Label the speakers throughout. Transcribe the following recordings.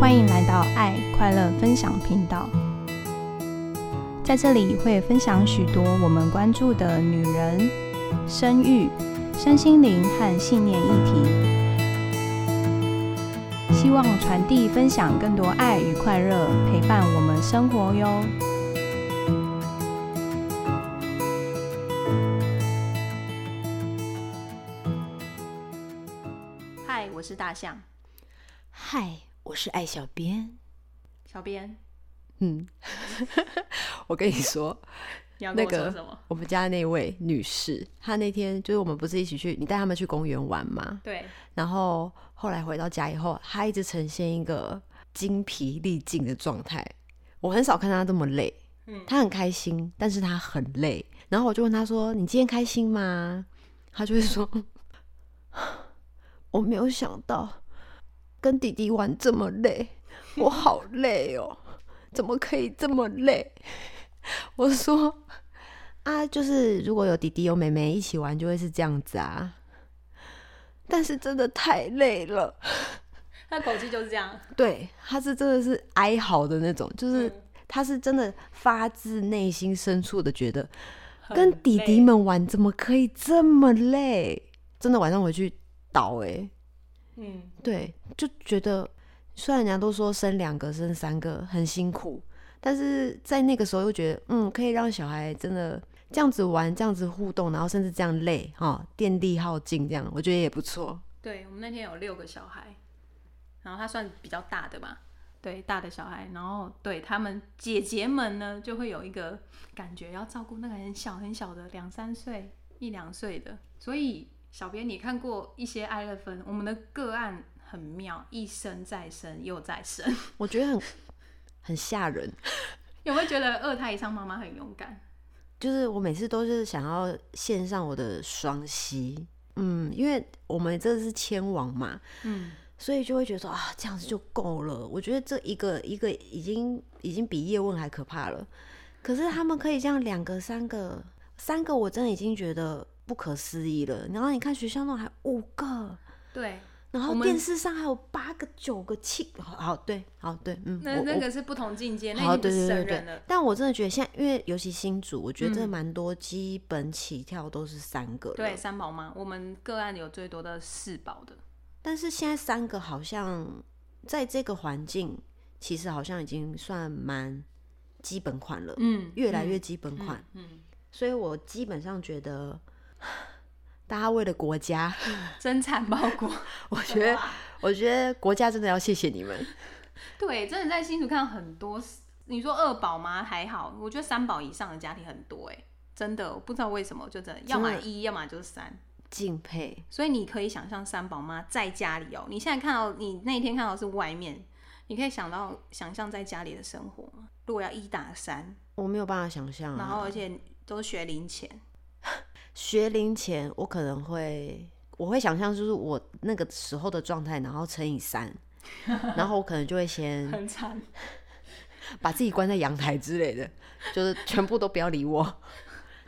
Speaker 1: 欢迎来到爱快乐分享频道。在这里会分享许多我们关注的女人、生育、身心灵和信念议题，希望传递分享更多爱与快乐，陪伴我们生活哟。嗨，我是大象，
Speaker 2: 嗨，我是艾小编。
Speaker 1: 小编，
Speaker 2: 嗯， 我跟你说，
Speaker 1: 你要跟
Speaker 2: 那
Speaker 1: 我说
Speaker 2: 个
Speaker 1: 什么？
Speaker 2: 我们家那位女士，她那天就是我们不是一起去，你带他们去公园玩嘛？
Speaker 1: 对，
Speaker 2: 然后后来回到家以后，她一直呈现一个精疲力尽的状态。我很少看她这么累，
Speaker 1: 嗯
Speaker 2: 她很开心，但是她很累。然后我就问她说：“你今天开心吗？”她就会说：“ 我没有想到跟弟弟玩这么累，我好累哦，怎么可以这么累？”我说：“啊，就是如果有弟弟有妹妹一起玩，就会是这样子啊。”但是真的太累了，
Speaker 1: 他口气就是这样，
Speaker 2: 对，他是真的是哀嚎的那种， 就是
Speaker 1: 嗯
Speaker 2: 他是真的发自内心深处的觉得，
Speaker 1: 很
Speaker 2: 跟弟弟
Speaker 1: 累
Speaker 2: 们玩怎么可以这么累？真的晚上回去倒哎、
Speaker 1: 嗯，
Speaker 2: 对，就觉得虽然人家都说生两个、生三个很辛苦，但是在那个时候又觉得，嗯，可以让小孩真的这样子玩、这样子互动，然后甚至这样累哈、电力耗尽这样，我觉得也不错。
Speaker 1: 对我们那天有六个小孩，然后他算比较大的吧，对大的小孩，然后对他们姐姐们呢，就会有一个感觉要照顾那个很小很小的两三岁、一两岁的，所以小编你看过一些爱乐芬，我们的个案很妙，一生再生又再生，
Speaker 2: 我觉得很很吓人，
Speaker 1: 有没有觉得二胎以上妈妈很勇敢？
Speaker 2: 就是我每次都是想要献上我的双膝，嗯，因为我们这是千王嘛，
Speaker 1: 嗯，
Speaker 2: 所以就会觉得说啊，这样子就够了。我觉得这一个一个已经已经比叶问还可怕了。可是他们可以这样两个、三个、三个，我真的已经觉得不可思议了。然后你看学校那种还五个，
Speaker 1: 对，
Speaker 2: 然
Speaker 1: 我
Speaker 2: 后
Speaker 1: 们
Speaker 2: 电视上还有八个、九个、七，好好对，好对，嗯，
Speaker 1: 那
Speaker 2: 我
Speaker 1: 那
Speaker 2: 我
Speaker 1: 个是不同境界，那
Speaker 2: 好，
Speaker 1: 已经
Speaker 2: 对
Speaker 1: 不是
Speaker 2: 对对
Speaker 1: 成
Speaker 2: 对
Speaker 1: 人了。。
Speaker 2: 但我真的觉得现在，因为尤其新组，我觉得真的
Speaker 1: 嗯
Speaker 2: 蛮多，基本起跳都是三个了。
Speaker 1: 对，，三宝妈，我们个案有最多的四宝
Speaker 2: 嗯
Speaker 1: 的，
Speaker 2: 但是现在三个好像在这个环境，其实好像已经算蛮基本款了，
Speaker 1: 嗯，
Speaker 2: 越来越基本
Speaker 1: 嗯
Speaker 2: 款。，
Speaker 1: 嗯嗯
Speaker 2: 所以我基本上觉得， 大家为了国家，
Speaker 1: 生产包裹，
Speaker 2: 我觉得，我觉得国家真的要谢谢你们。
Speaker 1: 对，真的在新竹看到很多。你说二宝吗？还好，我觉得三宝以上的家庭很多哎、真的，我不知道为什么，就真的，要么一，要么就是三。
Speaker 2: 敬佩，
Speaker 1: 所以你可以想象三宝妈在家里哦、你现在看到你那一天看到的是外面，你可以想到想象在家里的生活吗？如果要一打三，
Speaker 2: 我没有办法想象、啊。
Speaker 1: 然后而且都是学龄前，
Speaker 2: 学龄前，我可能会，我会想象就是我那个时候的状态，然后乘以三，然后我可能就会先
Speaker 1: 很惨。
Speaker 2: 把自己关在阳台之类的，就是全部都不要理我，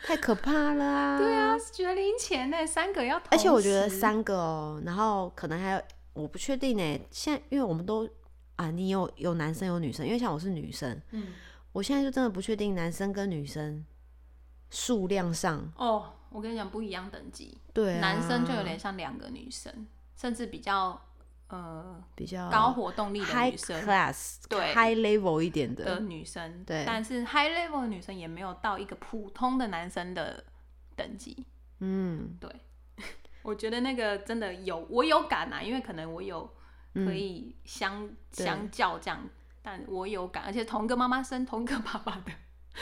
Speaker 2: 太可怕了啊！
Speaker 1: 对，啊，学龄前呢、三个要同时，
Speaker 2: 而且我觉得三个哦，然后可能还有，我不确定呢。现在因为我们都啊，你有有男生有女生，因为像我是女生，
Speaker 1: 嗯，
Speaker 2: 我现在就真的不确定男生跟女生数量上，
Speaker 1: 哦，我跟你讲不一样等级，
Speaker 2: 对啊、
Speaker 1: 男生就有点像两个女生，甚至比较呃
Speaker 2: 比较
Speaker 1: 高活动力的
Speaker 2: high
Speaker 1: 女生
Speaker 2: class
Speaker 1: 对
Speaker 2: high level 一点
Speaker 1: 的
Speaker 2: 的，
Speaker 1: 女生，
Speaker 2: 对
Speaker 1: 但是 high level 的女生也没有到一个普通的男生的等级。
Speaker 2: 嗯，
Speaker 1: 对，我觉得那个真的有我有感啊，因为可能我有
Speaker 2: 嗯
Speaker 1: 可以相、
Speaker 2: 对
Speaker 1: 相较这样，但我有感，而且同个妈妈生同个爸爸的，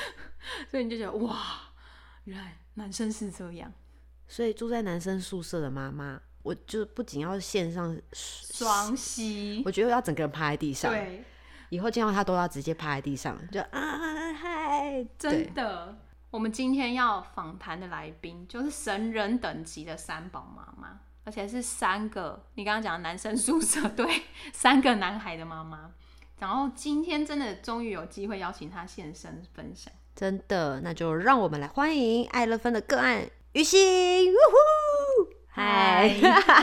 Speaker 1: 所以你就觉得哇，原来男生是这样。
Speaker 2: 所以住在男生宿舍的妈妈，我就不仅要线上，
Speaker 1: 双膝
Speaker 2: 我，觉得要整个人趴在地上，
Speaker 1: 对，
Speaker 2: 以后见到他都要直接趴在地上，就啊嗨，
Speaker 1: 真
Speaker 2: 对
Speaker 1: 的。我们今天要访谈的来宾就是神人等级的三宝妈妈，而且是三个你刚刚讲的男生宿舍 对三个男孩的妈妈。然后今天真的终于有机会邀请她现身分享。
Speaker 2: 真的，那就让我们来欢迎艾乐芬的个案于心，呜呼，嗨，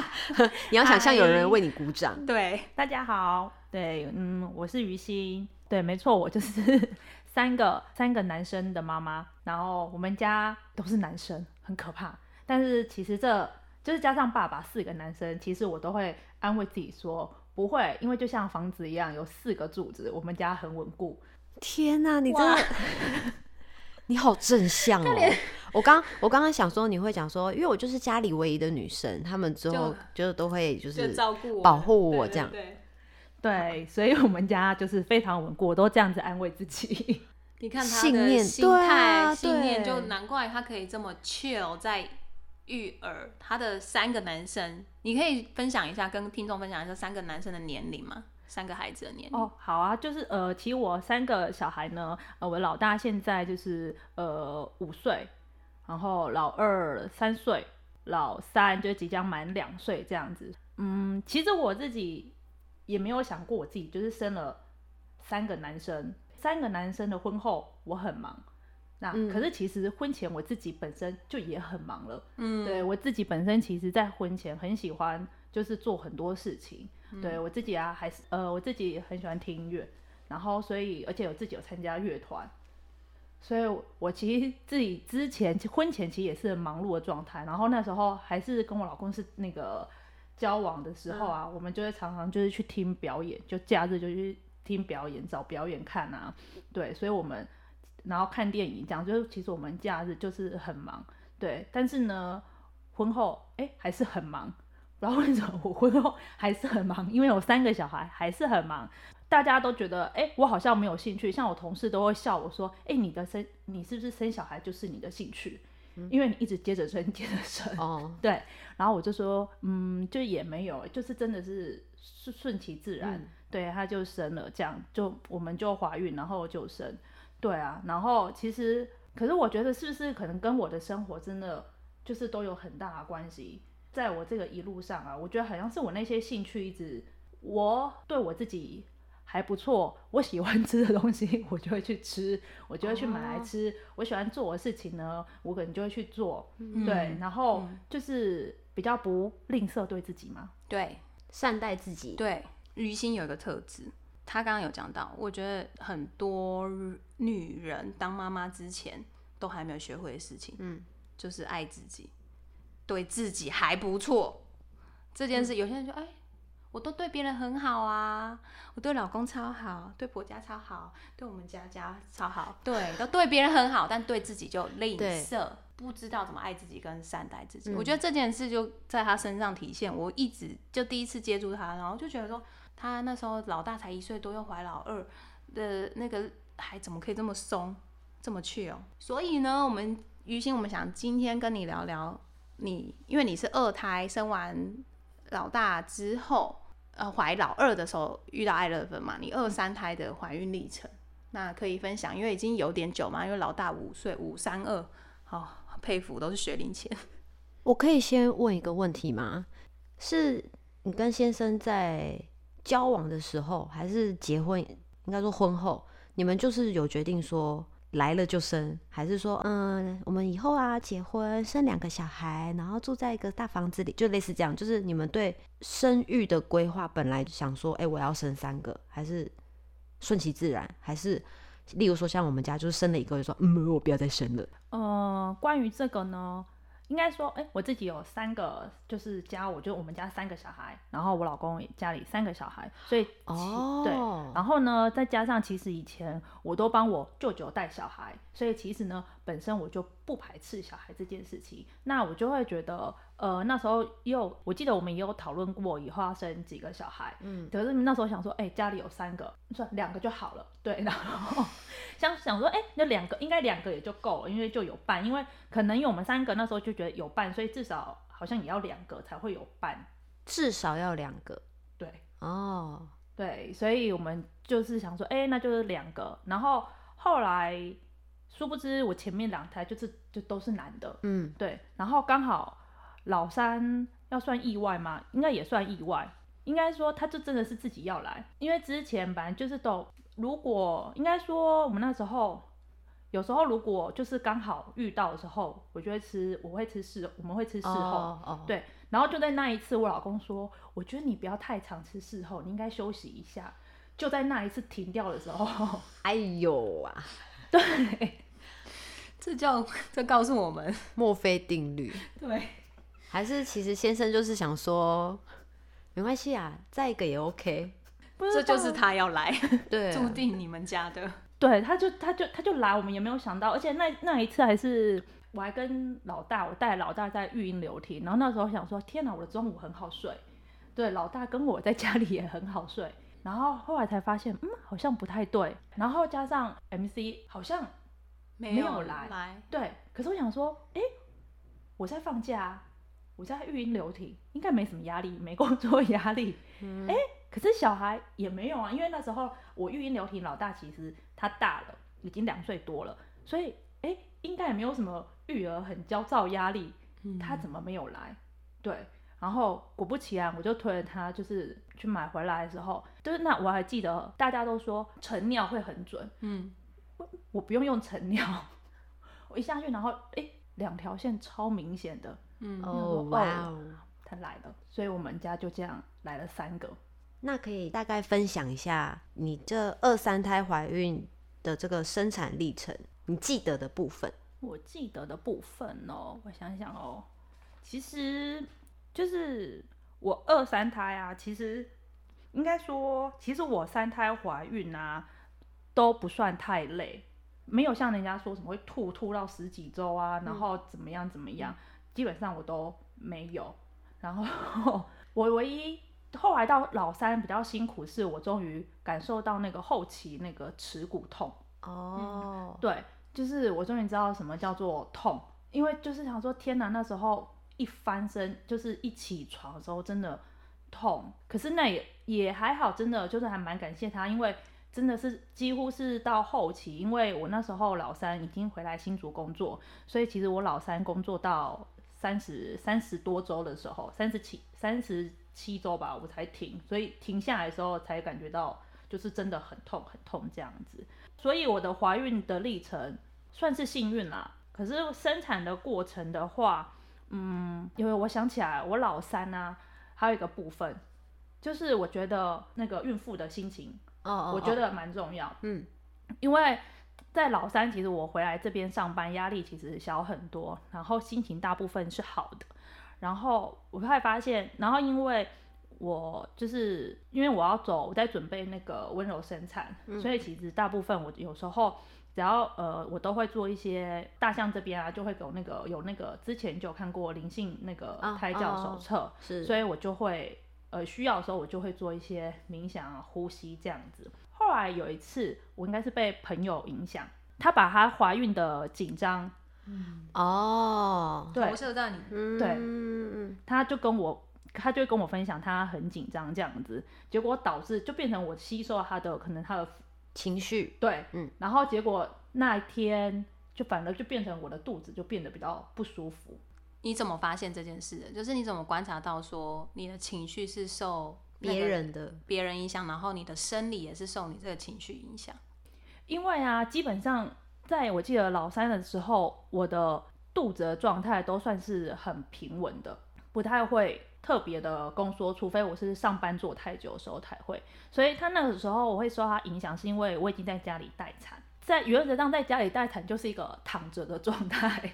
Speaker 2: 你要想象有
Speaker 3: 嗨
Speaker 2: 人为你鼓掌，
Speaker 1: 对，
Speaker 3: 大家好，对，嗯，我是于心，对，没错，我就是 三个三个男生的妈妈，然后我们家都是男生，很可怕。但是其实这就是加上爸爸四个男生，其实我都会安慰自己说不会，因为就像房子一样有四个柱子，我们家很稳固。
Speaker 2: 天哪、你真
Speaker 1: 哇
Speaker 2: 的， 你好正向哦！我刚我刚刚想说你会讲说，因为我就是家里唯一的女生，他们之后就都会就
Speaker 1: 就是照顾我，
Speaker 2: 保护我
Speaker 1: 对
Speaker 2: 这样
Speaker 1: 对对
Speaker 3: 对，所以我们家就是非常稳固，我都这样子安慰自己。
Speaker 1: 你看他
Speaker 2: 信
Speaker 1: 的
Speaker 2: 念
Speaker 1: 心
Speaker 2: 对
Speaker 1: 态、
Speaker 2: 啊
Speaker 1: 信念，就
Speaker 2: 对
Speaker 1: 难怪他可以这么 chill 在育儿。他的三个男生，你可以分享一下，跟听众分享一下三个男生的年龄吗？三个孩子的年龄。
Speaker 3: 哦，好啊，就是呃，其实我三个小孩呢，呃，我老大现在就是呃五岁，然后老二三岁，老三就即将满两岁这样子。嗯，其实我自己也没有想过，我自己就是生了三个男生，三个男生的婚后我很忙。那、
Speaker 2: 嗯
Speaker 3: 可是其实婚前我自己本身就也很忙了，
Speaker 1: 嗯，
Speaker 3: 对我自己本身，其实，在婚前很喜欢就是做很多事情。对我自己啊，还是呃，我自己很喜欢听音乐，然后所以而且我自己有参加乐团，所以我我其实自己之前婚前其实也是很忙碌的状态，然后那时候还是跟我老公是那个交往的时候啊，我们就会常常就是去听表演，就假日就去听表演，找表演看啊，对，所以我们然后看电影这样，就是其实我们假日就是很忙，对，但是呢，婚后哎、还是很忙，不知道为什么我婚后还是很忙，因为我三个小孩还是很忙。大家都觉得，哎、我好像没有兴趣。像我同事都会笑我说，哎、你的生，你是不是生小孩就是你的兴趣？因为你一直接着生，接着生。
Speaker 2: 嗯哦，
Speaker 3: 对，然后我就说，嗯，就也没有，就是真的是顺顺其自然，
Speaker 2: 嗯
Speaker 3: 对，他就生了，这样就我们就怀孕，然后就生，对啊，然后其实，可是我觉得是不是可能跟我的生活真的就是都有很大的关系，在我这个一路上啊，我觉得好像是我那些兴趣一直，我对我自己。还不错，我喜欢 吃的东西，我就会去吃，我就会去买来
Speaker 2: 哦
Speaker 3: 吃。我喜欢做的事情呢，我可能就会去做。
Speaker 1: 嗯
Speaker 3: 对，然后
Speaker 1: 嗯
Speaker 3: 就是比较不吝啬对自己嘛。
Speaker 1: 对
Speaker 2: 善待自己，
Speaker 1: 对，于心有一个特质，他刚刚有讲到，我觉得很多女人当妈妈之前都还没有学会的事情，
Speaker 2: 嗯，
Speaker 1: 就是爱自己，对自己还不错这件
Speaker 2: 嗯
Speaker 1: 事，有些人就哎。我都对别人很好啊，我对老公超好，对婆家超好，对我们家家超好，对，都对别人很好，但对自己就吝
Speaker 2: 对
Speaker 1: 啬，不知道怎么爱自己跟善待自己。
Speaker 2: 嗯
Speaker 1: 我觉得这件事就在他身上体现。我一直就第一次接触他，然后就觉得说，他那时候老大才一岁多，又怀老二的那个还怎么可以这么松，这么去哦？所以呢，我们于心，我们想今天跟你聊聊你，因为你是二胎，生完老大之后，呃，怀老二的时候遇到爱乐芬嘛，你二三胎的怀孕历程，那可以分享，因为已经有点久嘛，因为老大五岁，五三二，好、很佩服，都是学龄前。
Speaker 2: 我可以先问一个问题吗？是你跟先生在交往的时候，还是结婚？应该说婚后，你们就是有决定说来了就生，还是说嗯，我们以后啊结婚生两个小孩，然后住在一个大房子里，就类似这样？就是你们对生育的规划本来想说，哎、我要生三个，还是顺其自然，还是？例如说，像我们家就是生了一个，就说嗯，我不要再生了。
Speaker 3: 呃，关于这个呢，应该说，哎、我自己有三个，就是家我就我们家三个小孩，然后我老公也家里三个小孩，所以其
Speaker 2: 哦，
Speaker 3: 对，然后呢，再加上其实以前我都帮我舅舅带小孩，所以其实呢，本身我就不排斥小孩这件事情。那我就会觉得，呃，那时候又我记得我们也有讨论过以后要生几个小孩，
Speaker 2: 嗯，
Speaker 3: 可是那时候想说，哎、家里有三个，算两个就好了，对。 然后想想说，哎、那两个应该两个也就够了，因为就有伴，因为可能因为我们三个那时候就觉得有伴，所以至少好像也要两个才会有伴，
Speaker 2: 至少要两个。
Speaker 3: 对。
Speaker 2: 哦，
Speaker 3: 对，所以我们就是想说，哎、那就是两个。然后后来，殊不知我前面两胎就是就都是男的，
Speaker 2: 嗯，
Speaker 3: 对。然后刚好老三要算意外吗？应该也算意外，应该说他就真的是自己要来，因为之前本来就是都，如果应该说我们那时候。有时候如果就是刚好遇到的时候，我就会吃，我会吃事，我们会吃事后，
Speaker 2: 哦哦，
Speaker 3: 对，然后就在那一次，我老公说，我觉得你不要太常吃事后，你应该休息一下。就在那一次停掉的时候，
Speaker 2: 哎呦啊，
Speaker 3: 对
Speaker 1: 这叫这告诉我们，
Speaker 2: 墨菲定律，
Speaker 3: 对，
Speaker 2: 还是其实先生就是想说，没关系啊，再一个也 OK。
Speaker 3: 不知
Speaker 1: 这就是
Speaker 3: 道
Speaker 1: 他要来，
Speaker 2: 对啊、
Speaker 1: 注定你们家的。
Speaker 3: 对，他就他就他就来，我们也没有想到，而且那那一次还是我还跟老大，我带老大在育婴流体，然后那时候想说，天哪，我的中午很好睡，对，老大跟我在家里也很好睡，然后后来才发现，嗯，好像不太对，然后加上 MC 好像
Speaker 1: 没
Speaker 3: 没有来
Speaker 1: 来，
Speaker 3: 对，可是我想说，哎，我在放假啊，我在育婴流体，应该没什么压力，没工作 压力，
Speaker 2: 嗯
Speaker 3: 可是小孩也没有啊，因为那时候我育婴流体老大其实他大了，已经两岁多了，所以哎、诶应该也没有什么育儿很焦躁压力，他怎么没有来？对，然后果不其然，我就推了他，就是去买回来的时候，就是那我还记得大家都说晨尿会很准，
Speaker 1: 嗯，
Speaker 3: 我不用用晨尿， 我一下去，然后哎两条线超明显的，
Speaker 1: 嗯
Speaker 2: 哦
Speaker 3: 嗯
Speaker 2: 哇哦，
Speaker 3: 他来了，所以我们家就这样来了三个。
Speaker 2: 那可以大概分享一下你这二三胎怀孕的这个生产历程，你记得的部分。
Speaker 3: 我记得的部分哦，我想想哦，其实就是我二三胎啊，其实应该说，其实我三胎怀孕啊都不算太累，没有像人家说什么会吐吐到十几周啊，然后怎么样怎么样，基本上我都没有。然后我唯一后来到老三比较辛苦，是我终于感受到那个后期那个耻骨痛。
Speaker 2: 哦，
Speaker 3: 对，就是我终于知道什么叫做痛，因为就是想说，天哪，那时候一翻身，就是一起床的时候真的痛，可是那也也还好，真的就是还蛮感谢他，因为真的是几乎是到后期，因为我那时候老三已经回来新竹工作，所以其实我老三工作到三十三十多周的时候，三十七三十七周吧，我才停，所以停下来的时候才感觉到就是真的很痛很痛这样子。所以我的怀孕的历程算是幸运啦。可是生产的过程的话，嗯，因为我想起来我老三啊，还有一个部分，就是我觉得那个孕妇的心情，
Speaker 2: 哦哦，
Speaker 3: 我觉
Speaker 2: 哦，
Speaker 3: 得蛮重要。
Speaker 2: 嗯，
Speaker 3: 因为在老三，其实我回来这边上班，压力其实小很多，然后心情大部分是好的。然后我后来发现，然后因为我就是因为我要走，我在准备那个温柔生产，
Speaker 2: 嗯
Speaker 3: 所以其实大部分我有时候只要呃，我都会做一些大象这边啊，就会有那个有那个之前就有看过灵性那个
Speaker 2: 啊
Speaker 3: 胎
Speaker 2: 哦
Speaker 3: 教手
Speaker 2: 哦
Speaker 3: 册，
Speaker 2: 是，
Speaker 3: 所
Speaker 2: 以
Speaker 3: 以我就会呃需要的时候，我就会做一些冥想、啊、呼吸这样子。后来有一次，我应该是被朋友影响，她把她怀孕的紧张，
Speaker 2: 哦，
Speaker 3: 对
Speaker 1: 投射在你，
Speaker 2: 嗯，
Speaker 3: 对
Speaker 2: 嗯嗯
Speaker 3: 她就跟我，她就跟我分享她很紧张这样子，结果导致就变成我吸收了她的可能她的
Speaker 2: 情绪，
Speaker 3: 对，
Speaker 2: 嗯，
Speaker 3: 然后结果那一天就反而就变成我的肚子就变得比较不舒服，
Speaker 1: 你怎么发现这件事的？就是你怎么观察到说你的情绪是受那个
Speaker 2: 别人的
Speaker 1: 别人影响，然后你的生理也是受你这个情绪影响。
Speaker 3: 因为啊，基本上在我记得老三的时候，我的肚子的状态都算是很平稳的，不太会特别的宫缩，除非我是上班做太久的时候才会。所以他那个时候我会受他影响，是因为我已经在家里待产，在原则上在家里待产就是一个躺着的状态，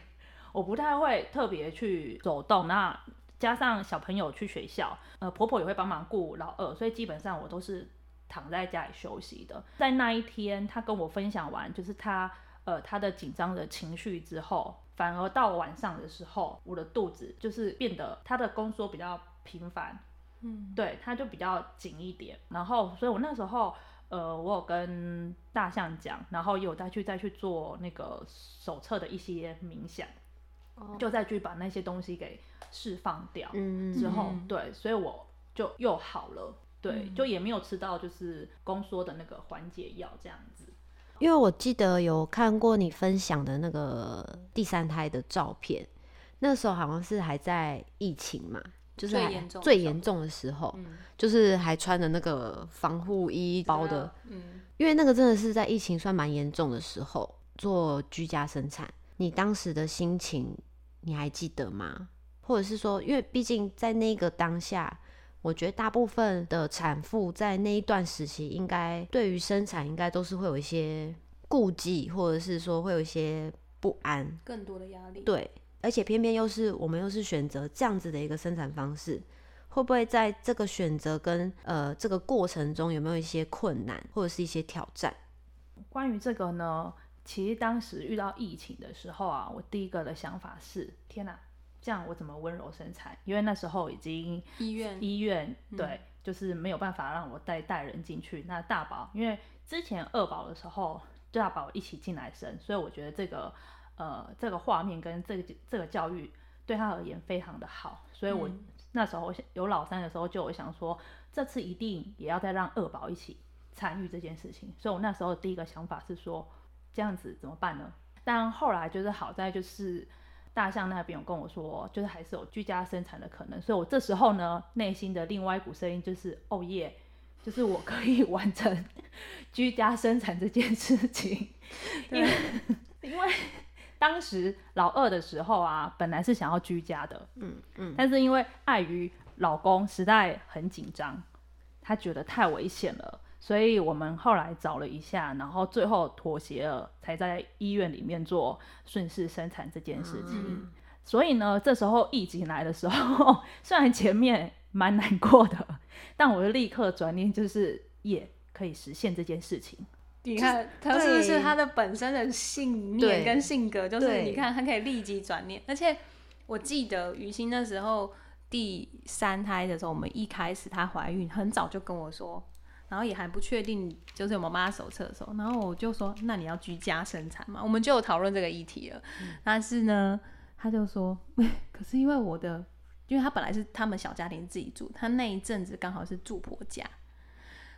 Speaker 3: 我不太会特别去走动。那加上小朋友去学校，呃，婆婆也会帮忙顾老二，所以基本上我都是躺在家里休息的。在那一天，她跟我分享完，就是她呃她的紧张的情绪之后，反而到晚上的时候，我的肚子就是变得她的宫缩比较频繁，
Speaker 1: 嗯，
Speaker 3: 对，它就比较紧一点。然后，所以我那时候，呃，我有跟大象讲，然后也有再去再去做那个手册的一些冥想，就再去把那些东西给释放掉。
Speaker 2: 嗯
Speaker 3: 之后，
Speaker 1: 嗯
Speaker 3: 对，所以我就又好了。对，
Speaker 1: 嗯
Speaker 3: 就也没有吃到就是宫缩的那个缓解药这样子。
Speaker 2: 因为我记得有看过你分享的那个第三胎的照片，那时候好像是还在疫情嘛，就是
Speaker 1: 最
Speaker 2: 还
Speaker 1: 严重的
Speaker 2: 最
Speaker 1: 时候
Speaker 2: 严重的时候，
Speaker 1: 嗯
Speaker 2: 就是还穿着那个防护衣包的，，
Speaker 1: 嗯，
Speaker 2: 因为那个真的是在疫情算蛮严重的时候做居家生产，你当时的心情你还记得吗？或者是说，因为毕竟在那个当下，我觉得大部分的产妇在那一段时期，应该对于生产应该都是会有一些顾忌，或者是说会有一些不安。
Speaker 1: 更多的压力。，
Speaker 2: 对，而且偏偏又是我们又是选择这样子的一个生产方式，会不会在这个选择跟呃这个过程中有没有一些困难或者是一些挑战？
Speaker 3: 关于这个呢，其实当时遇到疫情的时候啊，我第一个的想法是：天哪，这样我怎么温柔生产？因为那时候已经
Speaker 1: 医院
Speaker 3: 医院
Speaker 1: 嗯
Speaker 3: 对，就是没有办法让我带带人进去。那大宝，因为之前二宝的时候，大宝一起进来生，所以我觉得这个呃这个画面跟这个这个教育对他而言非常的好，所以我
Speaker 1: 嗯
Speaker 3: 那时候有老三的时候，就有想说这次一定也要再让二宝一起参与这件事情。所以我那时候第一个想法是说，这样子怎么办呢？但后来就是好在就是大象那边有跟我说，就是还是有居家生产的可能，所以我这时候呢，内心的另外一股声音就是哦耶，就是我可以 完成居家生产这件事情，因为因为当时老二的时候啊，本来是想要居家的，
Speaker 2: 嗯嗯，
Speaker 3: 但是因为碍于老公实在很紧张，他觉得太危险了，所以我们后来找了一下，然后最后妥协了，才在医院里面做顺势生产这件事情。
Speaker 1: 嗯
Speaker 3: 所以呢，这时候疫情来的时候， 虽然前面蛮难过的，但我就立刻转念，就是也可以实现这件事情。
Speaker 1: 你看他是不是他的本身的信念
Speaker 2: 对
Speaker 1: 跟性格，就是
Speaker 2: 对
Speaker 1: 你看他可以立即转念，而且我记得于心那时候第三胎的时候，我们一开始她怀孕很早就跟我说。然后也还不确定，就是有没有妈手册的时候，然后我就说：“那你要居家生产嘛？”我们就有讨论这个议题了。但是呢，他就说：“ 可是因为我的，因为他本来是他们小家庭自己住，他那一阵子刚好是住婆家，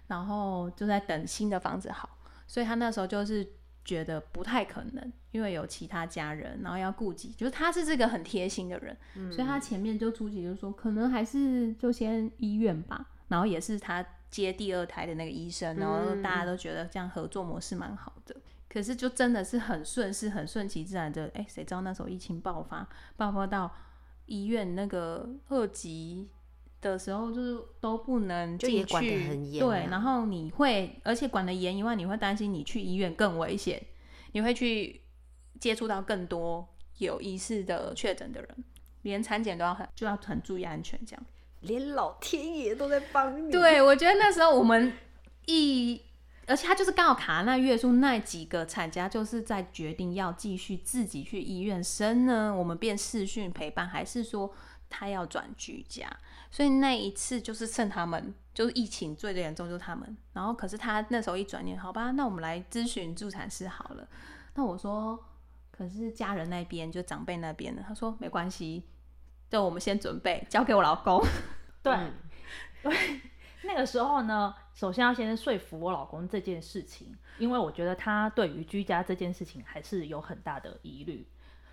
Speaker 1: 然后就在等新的房子好。所以他那时候就是觉得不太可能，因为有其他家人，然后要顾及，就是他是这个很贴心的人，
Speaker 2: 嗯
Speaker 1: 所以他前面就初期就说，可能还是就先医院吧，然后也是他接第二胎的那个医生，
Speaker 2: 嗯
Speaker 1: 然后大家都觉得这样合作模式蛮好的。可是就真的是很顺势、很顺其自然的，哎、谁知道那时候疫情爆发，爆发到医院那个二级的时候，就是都不能
Speaker 2: 就
Speaker 1: 进
Speaker 2: 也管得
Speaker 1: 去
Speaker 2: 很严
Speaker 1: 对
Speaker 2: 啊，
Speaker 1: 然后你会，而且管得严以外，你会担心你去医院更危险，你会去接触到更多有疑似的确诊的人，连产检都要很就要很注意安全这样。
Speaker 2: 连老天爷都在帮你。
Speaker 1: 对，我觉得那时候我们一，而且他就是刚好卡那月数那几个产假，就是在决定要继续自己去医院生呢，我们变视讯陪伴，还是说他要转居家？所以那一次就是趁他们就是疫情最的严重就是他们，然后可是他那时候一转念，好吧，那我们来咨询助产师好了。那我说，可是家人那边就长辈那边呢，他说没关系，就我们先准备交给我老公。
Speaker 3: 对，
Speaker 2: 嗯
Speaker 3: 那个时候呢，首先要先说服我老公这件事情，因为我觉得他对于居家这件事情还是有很大的疑虑，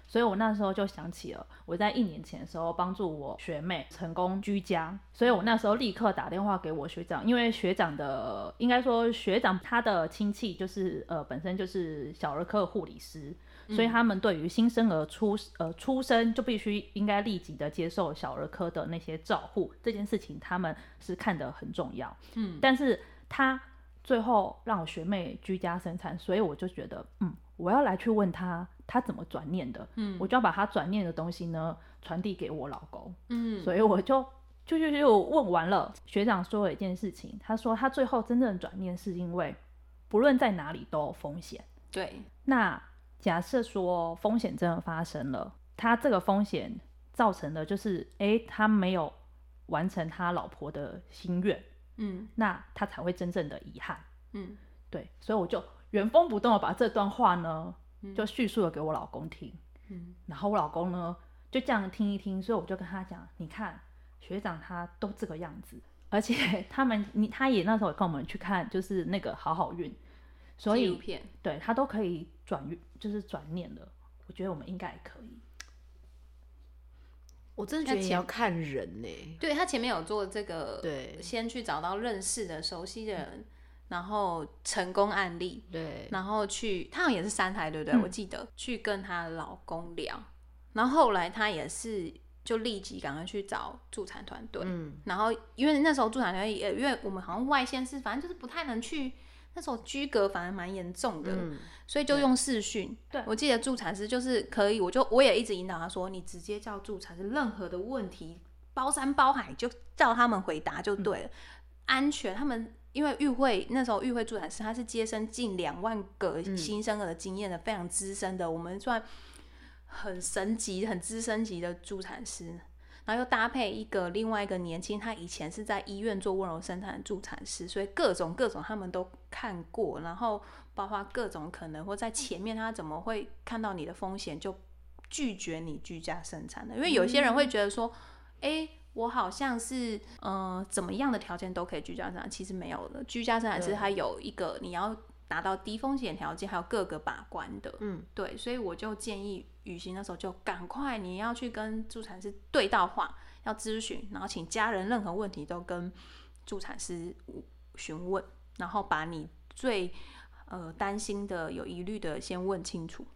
Speaker 3: 所以我那时候就想起了我在一年前的时候帮助我学妹成功居家，所以我那时候立刻打电话给我学长，因为学长的应该说学长他的亲戚就是呃本身就是小儿科护理师，所以他们对于新生儿出呃出生就必须应该立即的接受小儿科的那些照护这件事情，他们是看得很重要。
Speaker 1: 嗯，
Speaker 3: 但是他最后让我学妹居家生产，所以我就觉得，嗯，我要来去问他，他怎么转念的，
Speaker 1: 嗯
Speaker 3: 我就要把他转念的东西呢传递给我老公，
Speaker 1: 嗯
Speaker 3: 所以我就。就就就问完了，学长说了一件事情，他说他最后真正的转念是因为，不论在哪里都有风险，
Speaker 1: 对，
Speaker 3: 那假设说风险真的发生了，他这个风险造成的就是，诶，他没有完成他老婆的心愿，
Speaker 1: 嗯
Speaker 3: 那他才会真正的遗憾。
Speaker 1: 嗯
Speaker 3: 对，所以我就原封不动的把这段话呢，
Speaker 1: 嗯
Speaker 3: 就叙述了给我老公听。
Speaker 1: 嗯
Speaker 3: 然后我老公呢就这样听一听，所以我就跟他讲，你看学长他都这个样子，而且 他们你他也那时候也跟我们去看，就是那个好好运，所
Speaker 1: 纪
Speaker 3: 以
Speaker 1: 录片，
Speaker 3: 对他都可以转运，就是转念的。我觉得我们应该也可以。
Speaker 2: 我真的觉得
Speaker 1: 那
Speaker 2: 也
Speaker 1: 前
Speaker 2: 要看人呢、
Speaker 1: 对他前面有做这个，
Speaker 2: 对
Speaker 1: 先去找到认识的熟悉的人，然后成功案例，
Speaker 2: 对，
Speaker 1: 然后去，她好像也是三胎，对不对？我记得去跟她老公聊，然后后来她也是就立即赶快去找助产团队。
Speaker 2: 嗯，
Speaker 1: 然后因为那时候助产团队也，因为我们好像外县市，反正就是不太能去。那时候居隔反而蛮严重的，
Speaker 2: 嗯
Speaker 1: 所以就用视讯。
Speaker 3: 对
Speaker 1: 我记得助产师就是可以，我就我也一直引导他说，你直接叫助产师，任何的问题包山包海就叫他们回答就对了。安全，他们因为育会那时候育会助产师他是接生近两万个新生儿的经验的，非常资深的，我们算很神级、很资深级的助产师。然后又搭配一个另外一个年轻，他以前是在医院做温柔生产的助产师，所以各种各种他们都看过，然后包括各种可能或在前面他怎么会看到你的风险就拒绝你居家生产的，因为有些人会觉得说，诶，我好像是呃怎么样的条件都可以居家生产，其实没有的，居家生产是
Speaker 3: 对
Speaker 1: 它有一个你要达到低风险条件，还有各个把关的，
Speaker 2: 嗯，
Speaker 1: 对，所以我就建议雨欣那时候就赶快你要去跟助产师对到话，要咨询，然后请家人任何问题都跟助产师询问，然后把你最呃担心的、有疑虑的先问清楚。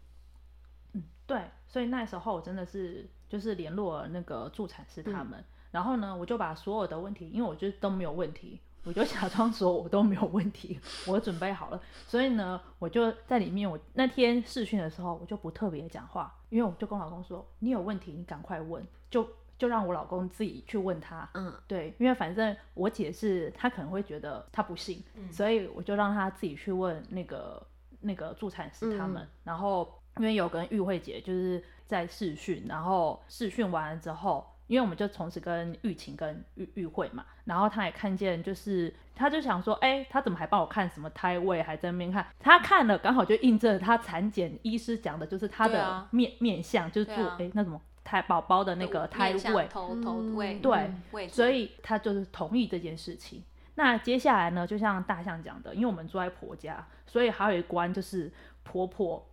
Speaker 3: 对，所以那时候我真的是就是联络了那个助产师他们，然后呢，我就把所有的问题，因为我就是都没有问题，我就假装说我都没有问题， 我准备好了，所以呢，我就在里面，我那天试训的时候，我就不特别讲话，因为我就跟我老公说，你有问题你赶快问，就就让我老公自己去问他，
Speaker 2: 嗯，
Speaker 3: 对，因为反正我姐是她可能会觉得她不信，
Speaker 2: 嗯
Speaker 1: 嗯
Speaker 3: 所以我就让她自己去问那个那个助产师他们。
Speaker 2: 嗯
Speaker 3: 然后因为有跟玉慧姐就是在试训，然后试训完了之后，因为我们就同时跟玉琴跟玉玉慧嘛，然后她也看见，就是她就想说，哎、她怎么还帮我看什么胎位，还在那边看？她看了，刚好就印证了她产检医师讲的，就是她
Speaker 1: 对
Speaker 3: 的
Speaker 1: 啊
Speaker 3: 面、面相，就是
Speaker 1: 对
Speaker 3: 做
Speaker 1: 啊
Speaker 3: 哎、那什么胎宝宝的那个胎
Speaker 1: 面向
Speaker 3: 位。
Speaker 1: 头头
Speaker 2: 嗯
Speaker 1: 位
Speaker 3: 对
Speaker 1: 嗯位置，
Speaker 3: 所以他就是同意这件事情。那接下来呢，就像大象讲的，因为我们住在婆家，所以还有一关就是婆婆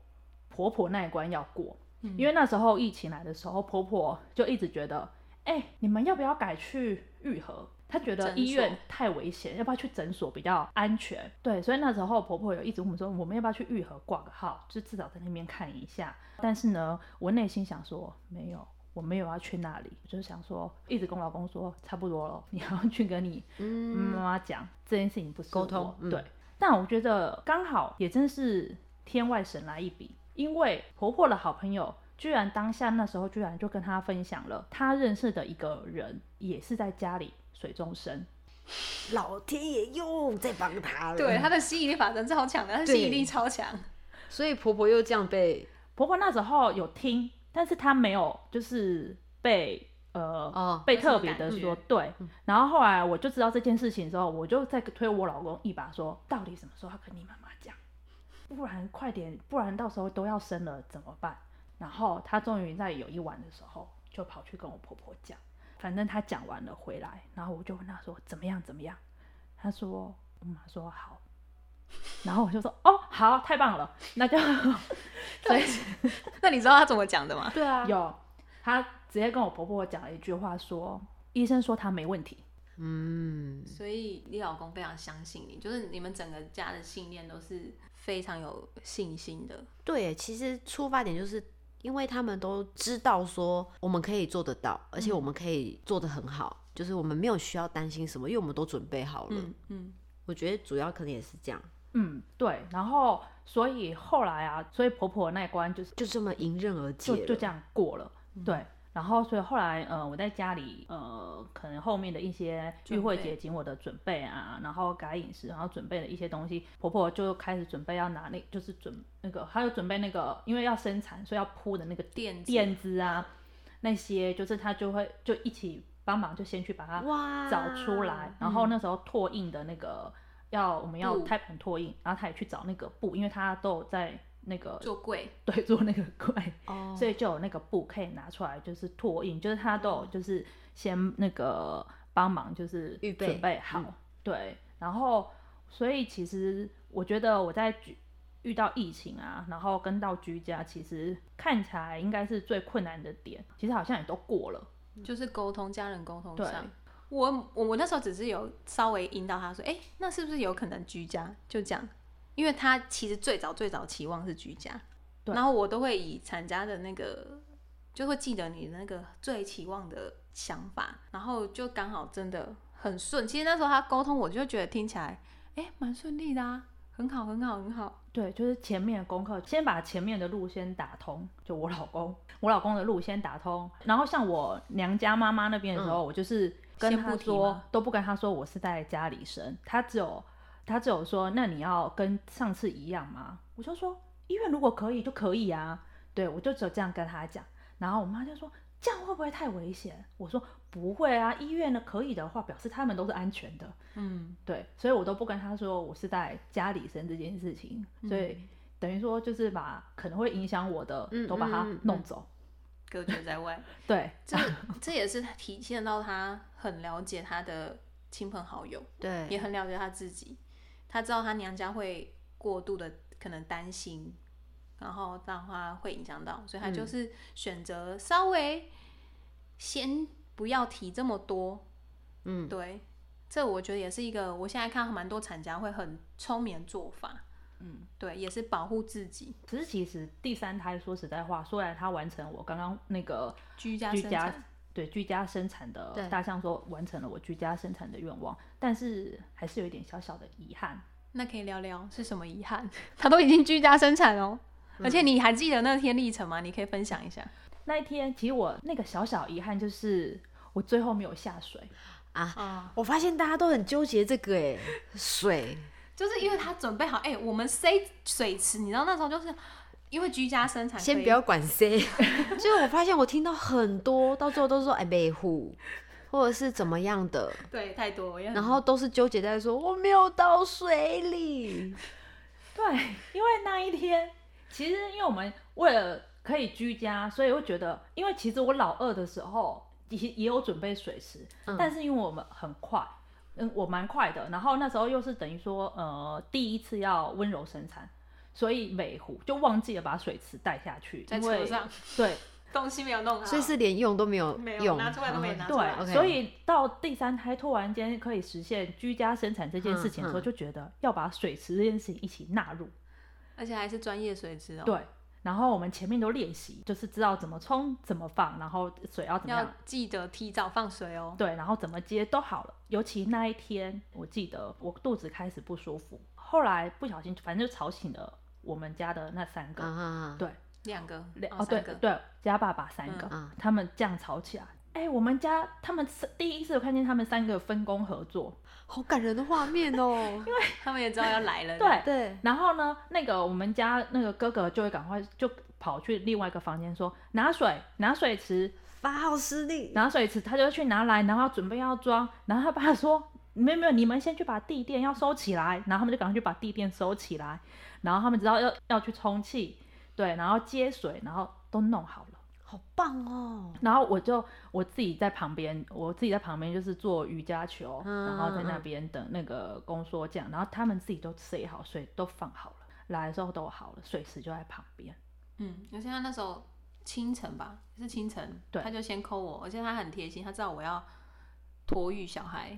Speaker 3: 婆婆那一关要过。
Speaker 2: 嗯
Speaker 3: 因为那时候疫情来的时候，婆婆就一直觉得，哎、你们要不要改去愈合？她觉得
Speaker 1: 诊
Speaker 3: 医院
Speaker 1: 所
Speaker 3: 太危险，要不要去诊所比较安全？对，所以那时候婆婆有一直问我们说，我们要不要去愈合挂个号，就至少在那边看一下。但是呢，我内心想说，没有，我没有要去那里，我就是想说，一直跟我老公说，差不多了，你要去跟你妈妈讲这件事情，不是
Speaker 2: 嗯沟
Speaker 3: 我
Speaker 2: 通嗯
Speaker 3: 对，但我觉得刚好也真是天外神来一笔，因为婆婆的好朋友居然当下那时候居然就跟她分享了她认识的一个人也是在家里水中生，
Speaker 2: 老天爷又在帮他了。
Speaker 1: 对，他的吸引力法则超强的，他的
Speaker 2: 嗯对
Speaker 1: 吸引力超强。
Speaker 2: 所以婆婆又这样被
Speaker 3: 婆婆那时候有听，但是她没有就是被呃、
Speaker 2: 哦
Speaker 3: 被
Speaker 1: 有什么
Speaker 3: 特别的
Speaker 1: 感觉嗯
Speaker 3: 说对。然后后来我就知道这件事情之后，我就再推我老公一把说，到底什么时候要跟你妈妈讲？不然快点，不然到时候都要生了怎么办？然后她终于在有一晚的时候，就跑去跟我婆婆讲。反正她讲完了回来，然后我就问她说怎么样怎么样？她说我妈说好，然后我就说哦好，太棒了，那就所以
Speaker 1: 那你知道他怎么讲的吗？
Speaker 2: 对啊，
Speaker 3: 有，她直接跟我婆婆讲了一句话说，医生说她没问题。
Speaker 2: 嗯，
Speaker 1: 所以你老公非常相信你，就是你们整个家的信念都是非常有信心的。
Speaker 2: 对耶，其实出发点就是因为他们都知道说我们可以做得到，而且我们可以做得很好，就是我们没有需要担心什么，因为我们都准备好了。
Speaker 1: 嗯嗯，
Speaker 2: 我觉得主要可能也是这样，
Speaker 3: 嗯，对。然后所以后来啊，所以婆婆那一关就是
Speaker 2: 就这么迎刃而解
Speaker 3: 就
Speaker 2: 了
Speaker 3: 就这样过了，
Speaker 1: 嗯
Speaker 3: 对。然后，所以后来，呃，我在家里，呃，可能后面的一些聚
Speaker 1: 准
Speaker 3: 会
Speaker 1: 备
Speaker 3: 解禁我的准备啊，然后改饮食，然后准备了一些东西，婆婆就开始准备要拿那，就是准那个，还有准备那个，因为要生产，所以要铺的那个
Speaker 1: 垫子
Speaker 3: 垫子啊，那些就是她就会就一起帮忙，就先去把它
Speaker 2: 哇
Speaker 3: 找出来，然
Speaker 1: 嗯
Speaker 3: 后那时候拓印的那个要我们要胎盘拓印，然后他也去找那个布，因为他都有在那个
Speaker 1: 做柜
Speaker 3: 对做那个 柜，
Speaker 2: 哦，
Speaker 3: 所以就有那个布可以拿出来，就是拓印，就是他都
Speaker 2: 嗯
Speaker 3: 有就是先那个帮忙，就是
Speaker 2: 预备
Speaker 3: 准备好，
Speaker 2: 嗯
Speaker 3: 对，然后所以其实我觉得我在居遇到疫情啊，然后跟到居家，其实看起来应该是最困难的点，其实好像也都过了，
Speaker 1: 就是沟通，家人沟通
Speaker 3: 对
Speaker 1: 上。我我我那时候只是有稍微引导他说，哎、那是不是有可能居家？就这样，因为他其实最早最早期望是居家，
Speaker 3: 对
Speaker 1: 然后我都会以产家的那个就会记得你那个最期望的想法，然后就刚好真的很顺。其实那时候他沟通，我就觉得听起来，哎，蛮顺利的啊，很好，很好，很好。
Speaker 3: 对，就是前面的功课，先把前面的路先打通。就我老公，我老公的路先打通。然后像我娘家妈妈那边的时候，我就是跟
Speaker 1: 先
Speaker 3: 他
Speaker 1: 不嗯提
Speaker 3: 说
Speaker 1: 吗，
Speaker 3: 都不跟他说我是在家里生，他只有他只有说，那你要跟上次一样吗？我就说医院如果可以就可以啊。对，我就只有这样跟他讲。然后我妈就说。这样会不会太危险？我说不会啊，医院呢可以的话，表示他们都是安全的。
Speaker 1: 嗯，
Speaker 3: 对，所以我都不跟他说我是在家里生这件事情，所以
Speaker 1: 嗯
Speaker 3: 等于说就是把可能会影响我的
Speaker 2: 嗯
Speaker 3: 都把它
Speaker 2: 嗯嗯嗯
Speaker 3: 弄走。
Speaker 1: 隔绝在外，
Speaker 3: 对，
Speaker 1: 这这也是体现到他很了解他的亲朋好友，也
Speaker 2: 对，
Speaker 1: 很了解他自己。他知道他娘家会过度的可能担心，然后让他会影响到，所以他
Speaker 3: 嗯
Speaker 1: 就是选择稍微先不要提这么多。
Speaker 2: 嗯，
Speaker 1: 对，这我觉得也是一个我现在看蛮多产家会很聪明的做法。
Speaker 3: 嗯，
Speaker 1: 对，也是保护自己，
Speaker 3: 只是其实第三胎说实在话，虽然他完成我刚刚那个
Speaker 1: 居家
Speaker 3: 居
Speaker 1: 生
Speaker 3: 家
Speaker 1: 产。
Speaker 3: 对居家生产的
Speaker 2: 对
Speaker 3: 大象说完成了我居家生产的愿望，但是还是有一点小小的遗憾。
Speaker 1: 那可以聊聊是什么遗憾？他都已经居家生产哦，
Speaker 3: 嗯
Speaker 1: 而且你还记得那天历程吗？你可以分享一下。
Speaker 3: 那一天，其实我那个小小遗憾就是我最后没有下水。
Speaker 1: 啊、
Speaker 2: 我发现大家都很纠结这个哎，水，
Speaker 1: 就是因为他准备好，哎、我们塞水池，你知道那时候就是因为居家生产，
Speaker 2: 先不要，管 谁。所以我发现我听到很多，到最后都是说哎被护，或者是怎么样的，
Speaker 1: 对，太多，我也很
Speaker 2: 然后都是纠结在说我没有到水里。
Speaker 3: 对，因为那一天，其实因为我们为了可以居家，所以会觉得，因为其实我老二的时候也也有准备水池，
Speaker 2: 嗯
Speaker 3: 但是因为我们很快，嗯，我蛮快的，然后那时候又是等于说，呃，第一次要温柔生产，所以美湖就忘记了把水池带下去，
Speaker 1: 在
Speaker 3: 因为
Speaker 1: 车上
Speaker 3: 对
Speaker 1: 东西没有弄好，
Speaker 2: 所以是连用都没有
Speaker 1: 啊没有
Speaker 2: 用，啊
Speaker 1: 拿出来都没
Speaker 2: 然后
Speaker 1: 拿出来
Speaker 3: 对，
Speaker 2: OK
Speaker 3: 所以到第三胎突然间可以实现居家生产这件事情的时候，
Speaker 2: 嗯嗯
Speaker 3: 就觉得要把水池这件事情一起纳入。
Speaker 1: 而且还是专业水池哦，，
Speaker 3: 对，然后我们前面都练习，就是知道怎么冲、怎么放，然后水要怎么
Speaker 1: 要
Speaker 3: 样，
Speaker 1: 记得提早放水哦。
Speaker 3: 对，然后怎么接都好了。尤其那一天，我记得我肚子开始不舒服，后来不小心反正就吵醒了我们家的那三个，
Speaker 2: 啊啊，
Speaker 3: 对，
Speaker 1: 两个，
Speaker 3: 两
Speaker 1: 哦，
Speaker 3: 对
Speaker 1: 三个，
Speaker 3: 对，加爸爸三个，
Speaker 2: 嗯啊
Speaker 3: 他们这样吵起来。哎、我们家他们是第一次看见他们三个分工合作，
Speaker 2: 好感人的画面哦。
Speaker 1: 他们也知道要来了，
Speaker 3: 对，
Speaker 2: 对，
Speaker 3: 然后呢，那个我们家那个哥哥就会赶快就跑去另外一个房间说拿水拿水池，
Speaker 2: 发号施令，
Speaker 3: 拿水池，他就去拿来，然后准备要装，然后他爸说没有没有，你们先去把地垫要收起来，然后他们就赶快去把地垫收起来，然后他们知道要要去充气，对，然后接水，然后都弄好了，
Speaker 2: 好棒哦。
Speaker 3: 然后我就我自己在旁边，我自己在旁边就是做瑜伽球，
Speaker 2: 嗯
Speaker 3: 然后在那
Speaker 2: 嗯嗯
Speaker 3: 边等那个宫缩降，然后他们自己都塞好水，都放好了，来的时候都好了，水池就在旁边，
Speaker 1: 嗯，而且他那时候清晨吧，是清晨，
Speaker 3: 对
Speaker 1: 他就先抠我，而且他很贴心，他知道我要托育小孩，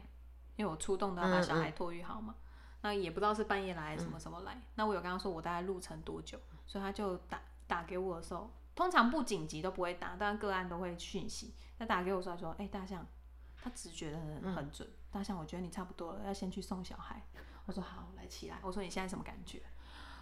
Speaker 1: 因为我出动都要把
Speaker 2: 嗯
Speaker 1: 小孩
Speaker 2: 嗯
Speaker 1: 托育好嘛。那也不知道是半夜来什么什么来，那我有跟他说我大概路程多久，所以他就打打给我的时候，通常不紧急都不会打，但个案都会讯息。他打给我说，他说：“哎、大象，他直觉的很很准，大象，我觉得你差不多了，要先去送小孩。”我说：“好，来起来。”我说：“你现在什么感觉？”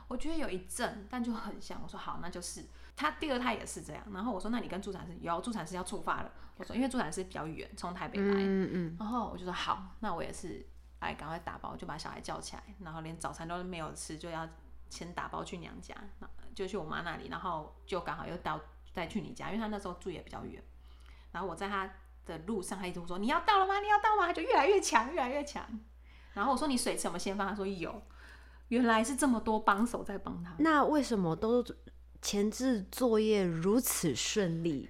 Speaker 1: 我觉得有一阵，但就很像。我说好，那就是他第二胎也是这样。然后我说，那你跟助产师有助产师要出发了。我说，因为助产师比较远，从台北来。
Speaker 2: 嗯嗯，
Speaker 1: 然后我就说好，那我也是，来赶快打包，就把小孩叫起来，然后连早餐都没有吃，就要先打包去娘家，那就去我妈那里，然后就刚好又到再去你家，因为他那时候住也比较远。然后我在他的路上，他一直说你要到了吗？你要到吗？他就越来越强，越来越强。然后我说你水什么先放？他说有。原来是这么多帮手在帮他，
Speaker 2: 那为什么都前置作业如此顺利？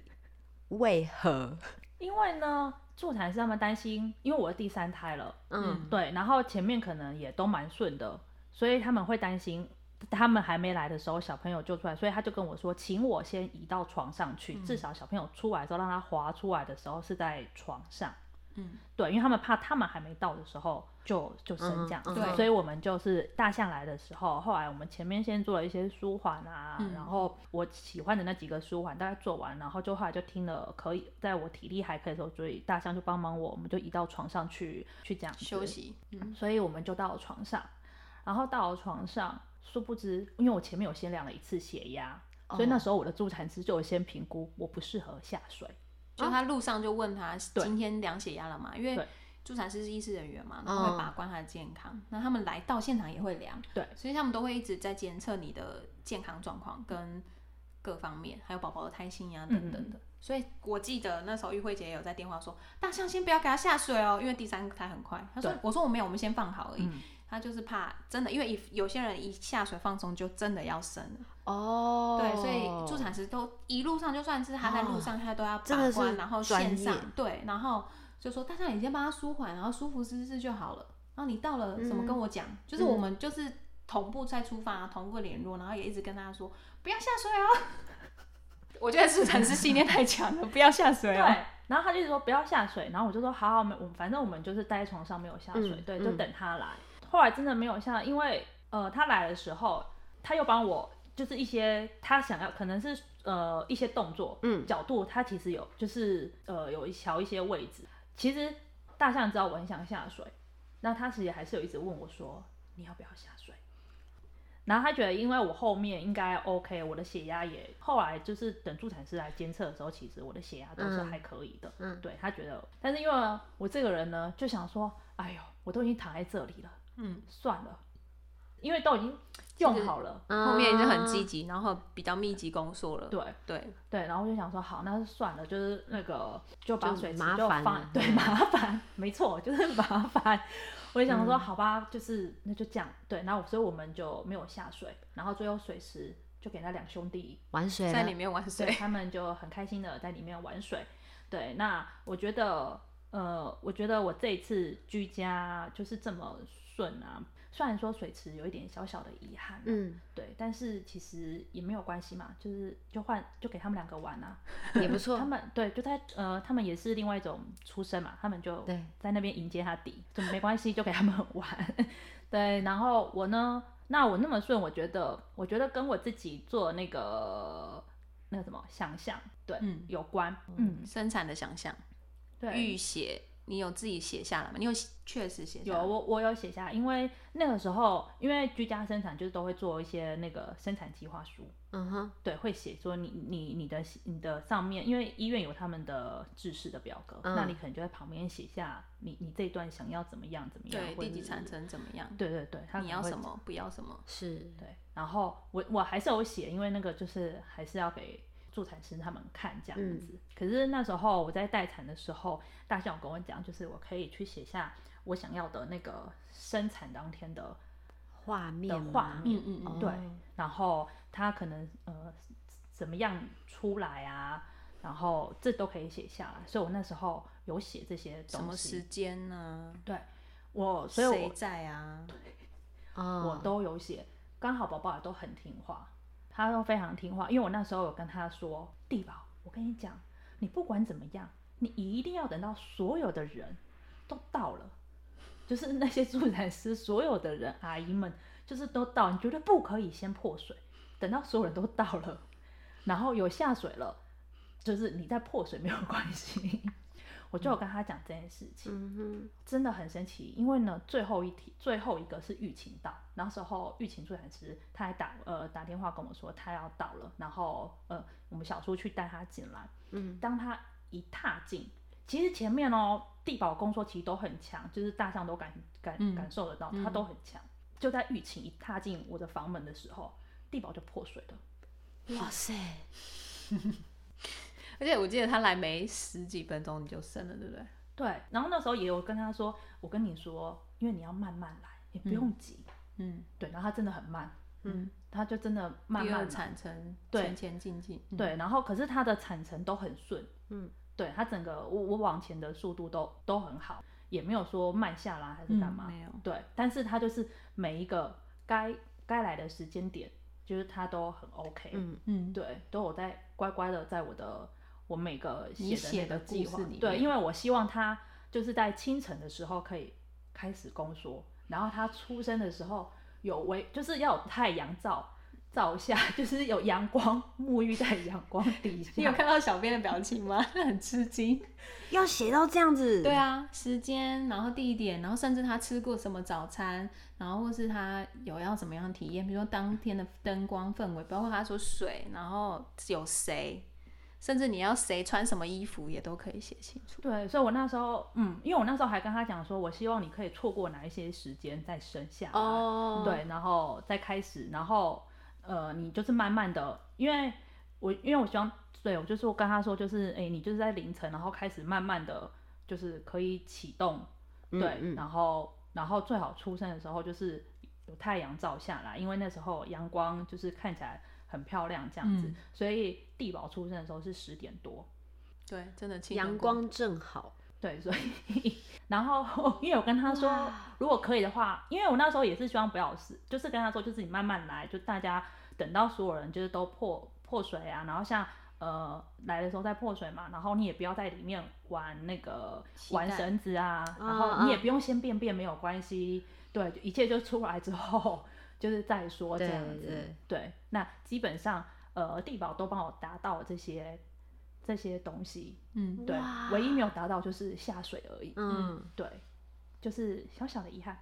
Speaker 2: 为何？
Speaker 3: 因为呢，助产师他们担心，因为我是第三胎了。
Speaker 1: 嗯
Speaker 2: 嗯，
Speaker 3: 对，然后前面可能也都蛮顺的，所以他们会担心他们还没来的时候小朋友救出来，所以他就跟我说，请我先移到床上去，至少小朋友出来之后让他滑出来的时候是在床上。
Speaker 1: 嗯，
Speaker 3: 对，因为他们怕他们还没到的时候就就升降，
Speaker 2: 嗯
Speaker 1: 嗯
Speaker 3: 所以我们就是大象来的时候，后来我们前面先做了一些舒缓啊，
Speaker 1: 嗯
Speaker 3: 然后我喜欢的那几个舒缓大概做完，然后就后来就听了可以，在我体力还可以的时候，所以大象就帮忙我，我们就移到床上去去这样子
Speaker 1: 休，息，嗯
Speaker 3: 所以我们就到了床上，然后到了床上，殊不知因为我前面有先量了一次血压。所
Speaker 2: 哦
Speaker 3: 以那时候我的助产师就有先评估我不适合下水，
Speaker 1: 就他路上就问他
Speaker 3: 哦对
Speaker 1: 今天量血压了嘛，因为
Speaker 3: 对哦
Speaker 1: 助产师是医师人员嘛，他们会把关他的健康，那他们来到现场也会量，
Speaker 3: 对
Speaker 1: 所以他们都会一直在监测你的健康状况跟各方面，还有宝宝的胎心
Speaker 3: 嗯
Speaker 1: 呀等等的。所以我记得那时候玉慧姐也有在电话说，大象先不要给它下水哦，因为第三胎很快。她说
Speaker 3: 对，
Speaker 1: 我说我没有，我们先放好而已。
Speaker 3: 嗯
Speaker 1: 她就是怕真的，因为一有些人一下水放松就真的要生了。
Speaker 2: 哦，
Speaker 1: 对，所以助产师都一路上，就算是他在路上，他都要
Speaker 2: 真
Speaker 1: 把
Speaker 2: 的是
Speaker 1: 关，然后线
Speaker 2: 专
Speaker 1: 上
Speaker 2: 业
Speaker 1: 对，然后就说大家你先帮他舒缓，然后舒服姿势就好了。然后你到了什么跟我讲，就是我们就是同步在出发，同步联络，然后也一直跟大家说不要下水哦。 我觉得助产师信念太强了，不要下水哦。
Speaker 3: 对，然后他就一直说不要下水，然后我就说好好，我们我们反正我们就是待在床上没有下水，
Speaker 2: 嗯
Speaker 3: 对，
Speaker 2: 嗯
Speaker 3: 就等他来。后来真的没有下，因为呃他来的时候，他又帮我就是一些他想要可能是呃一些动作，
Speaker 2: 嗯
Speaker 3: 角度他其实有就是呃有一调一些位置。其实大象知道我很想下水，那他其实还是有一直问我说你要不要下水。然后他觉得，因为我后面应该 OK，我的血压也后来就是等助产师来监测的时候，其实我的血压都是
Speaker 2: 嗯
Speaker 3: 还可以的。
Speaker 2: 嗯
Speaker 3: 对他觉得，但是因为我这个人呢，就想说，哎呦，我都已经躺在这里了，
Speaker 1: 嗯，
Speaker 3: 算了，因为都已经用好了。
Speaker 2: 嗯
Speaker 1: 后面已经很
Speaker 2: 啊
Speaker 1: 积极，然后比较密集工作了。
Speaker 3: 对
Speaker 1: 啊对，
Speaker 3: 对，然后我就想说，好，那就算了，就是那个就把
Speaker 2: 就
Speaker 3: 水池
Speaker 2: 麻
Speaker 3: 就
Speaker 2: 烦
Speaker 3: 放
Speaker 2: 了
Speaker 3: 对
Speaker 2: 嗯
Speaker 3: 麻烦，没错，就是 麻烦。我就想
Speaker 2: 嗯
Speaker 3: 说，好吧，就是那就这样，对，然后所以我们就没有下水，然后最后水池就给那两兄弟
Speaker 2: 玩水
Speaker 1: 在
Speaker 2: 了
Speaker 1: 里面玩
Speaker 3: 对，
Speaker 1: 水，
Speaker 3: 他们就很开心的在里面玩水。对，那我觉得，呃，我觉得我这一次居家就是这么顺啊。虽然说水池有一点小小的遗憾、嗯，
Speaker 2: 嗯，
Speaker 3: 对，但是其实也没有关系嘛，就是就换就给他们两个玩啊。
Speaker 2: 也不错
Speaker 3: 他。们对，就在呃，他们也是另外一种出身嘛，他们就
Speaker 2: 对
Speaker 3: 在那边迎接他弟，就没关系，就给他们玩。 对，然后我呢，那我那么顺，我觉得，我觉得跟我自己做那个那个什么想象，对，
Speaker 1: 嗯
Speaker 3: 有关，嗯，
Speaker 1: 生产的想象，
Speaker 3: 对，
Speaker 1: 预写，你有自己写下来吗？你有确实写下
Speaker 3: 有
Speaker 1: 来吗
Speaker 3: 我我有写下来，因为那个时候，因为居家生产就是都会做一些那个生产计划书，
Speaker 2: 嗯哼，
Speaker 3: 对，会写说你你你的你的上面，因为医院有他们的制式的表格，
Speaker 2: 嗯
Speaker 3: 那你可能就在旁边写下你你这一段想要怎么样怎么样，
Speaker 1: 对
Speaker 3: 或者
Speaker 1: 第几
Speaker 3: 是
Speaker 1: 产，生怎么样？
Speaker 3: 对对对，他
Speaker 1: 你
Speaker 3: 可能
Speaker 1: 要
Speaker 3: 会
Speaker 1: 什么，不要什么。
Speaker 2: 是
Speaker 3: 对，然后我我还是有写，因为那个就是还是要给助产师他们看这样
Speaker 2: 嗯
Speaker 3: 子。可是那时候我在待产的时候，大象有跟我讲，就是我可以去写下我想要的那个生产当天的
Speaker 2: 画面吗
Speaker 3: 画面
Speaker 1: 嗯嗯
Speaker 2: 哦
Speaker 3: 对，然后他可能呃怎么样出来啊，然后这都可以写下来。所以我那时候有写这些
Speaker 1: 什
Speaker 3: 东
Speaker 1: 么时
Speaker 3: 西，
Speaker 1: 间呢、
Speaker 3: 对我，所以
Speaker 1: 谁
Speaker 3: 我
Speaker 1: 在啊？
Speaker 2: 嗯
Speaker 3: 我都有写，刚好宝宝也都很听话，他都非常听话，因为我那时候有跟他说，地宝，我跟你讲，你不管怎么样，你一定要等到所有的人都到了，就是那些助产师、所有的人、阿姨们，就是都到，你绝对不可以先破水，等到所有人都到了，然后有下水了，就是你再破水没有关系。 我就有跟他讲这件事情，
Speaker 2: 嗯
Speaker 3: 真的很神奇，因为呢，最后一题最后一个是呃疫情到，那时候疫情助产师他还打呃打电话跟我说他要到了，然后呃我们小叔去带他进来，
Speaker 2: 哼，嗯
Speaker 3: 当他一踏进，其实前面哦地保工作其实都很强，就是大象都感感
Speaker 1: 嗯
Speaker 3: 感受得到，
Speaker 1: 嗯
Speaker 3: 他都很强。就在疫情一踏进我的房门的时候，地保就破水了，
Speaker 2: 哇塞，
Speaker 1: 而且我记得他来没十几分钟你就生了，对不对？
Speaker 3: 对，然后那时候也有跟他说，我跟你说，因为你要慢慢来，你不用急，
Speaker 1: 嗯
Speaker 3: 对，然后他真的很慢。
Speaker 1: 嗯，
Speaker 3: 他就真的慢
Speaker 1: 第
Speaker 3: 慢
Speaker 1: 二
Speaker 3: 来
Speaker 1: 产程
Speaker 3: 对
Speaker 1: 前前进进，嗯，
Speaker 3: 对，然后可是它的产程都很顺，
Speaker 2: 嗯，
Speaker 3: 对它整个我我往前的速度都都很好，也没有说慢下来还是干
Speaker 1: 嗯
Speaker 3: 嘛，
Speaker 1: 没有
Speaker 3: 对，但是它就是每一个该该来的时间点，就是它都很 OK，、
Speaker 2: 嗯
Speaker 1: 嗯，
Speaker 3: 对，都有在乖乖的在我的我每个
Speaker 1: 你
Speaker 3: 写的
Speaker 1: 写
Speaker 3: 那个
Speaker 1: 的
Speaker 3: 计
Speaker 1: 故
Speaker 3: 划
Speaker 1: 事里
Speaker 3: 对，
Speaker 1: 面
Speaker 3: 因为我希望它就是在清晨的时候可以开始宫缩，然后他出生的时候有微，就是要有太阳照照下， 就是有阳光，沐浴在阳光底
Speaker 1: 你有
Speaker 3: 下。
Speaker 1: 看到小编的表情吗？ 他很吃惊。
Speaker 2: 要写到这样子，
Speaker 1: 对，啊，时间，然后地点，然后甚至他吃过什么早餐，然后或是他有要怎么样体验，比如说当天的灯光氛围，包括他说水，然后有谁，甚至你要谁穿什么衣服也都可以写清楚。
Speaker 3: 对，所以我那时候，嗯，因为我那时候还跟他讲说，我希望你可以错过哪一些时间再生下来。
Speaker 1: 哦
Speaker 3: 对，，然后再开始，然后呃，你就是慢慢的，因为我因为我希望，对我就是我跟他说，就是哎、你就是在凌晨，然后开始慢慢的，就是可以启动，对，
Speaker 2: 嗯
Speaker 3: 然后然后最好出生的时候就是有太阳照下来，因为那时候阳光就是看起来很漂亮这样子，
Speaker 1: 嗯
Speaker 3: 所以地宝出生的时候是十点多，
Speaker 1: 对，真的清晨
Speaker 2: 阳光正好，
Speaker 3: 对，所以然后因为我跟他说，如果可以的话，因为我那时候也是希望不要死，就是跟他说，就是你慢慢来，就大家等到所有人就是都破破水啊，然后像呃来的时候再破水嘛，然后你也不要在里面玩那个
Speaker 1: 期待嗯
Speaker 3: 玩绳子啊，
Speaker 2: 哦
Speaker 3: 然后你也
Speaker 2: 哦
Speaker 3: 不用先便便没有关系，对，一切就出来之后就是再说这
Speaker 2: 对
Speaker 3: 样子，
Speaker 2: 对
Speaker 3: 对，那基本上呃地保都帮我达到这些这些东西，
Speaker 1: 嗯，
Speaker 3: 对
Speaker 2: 哇，
Speaker 3: 唯一没有达到就是下水而已。
Speaker 2: 嗯，
Speaker 3: 对，就是小小的遗憾。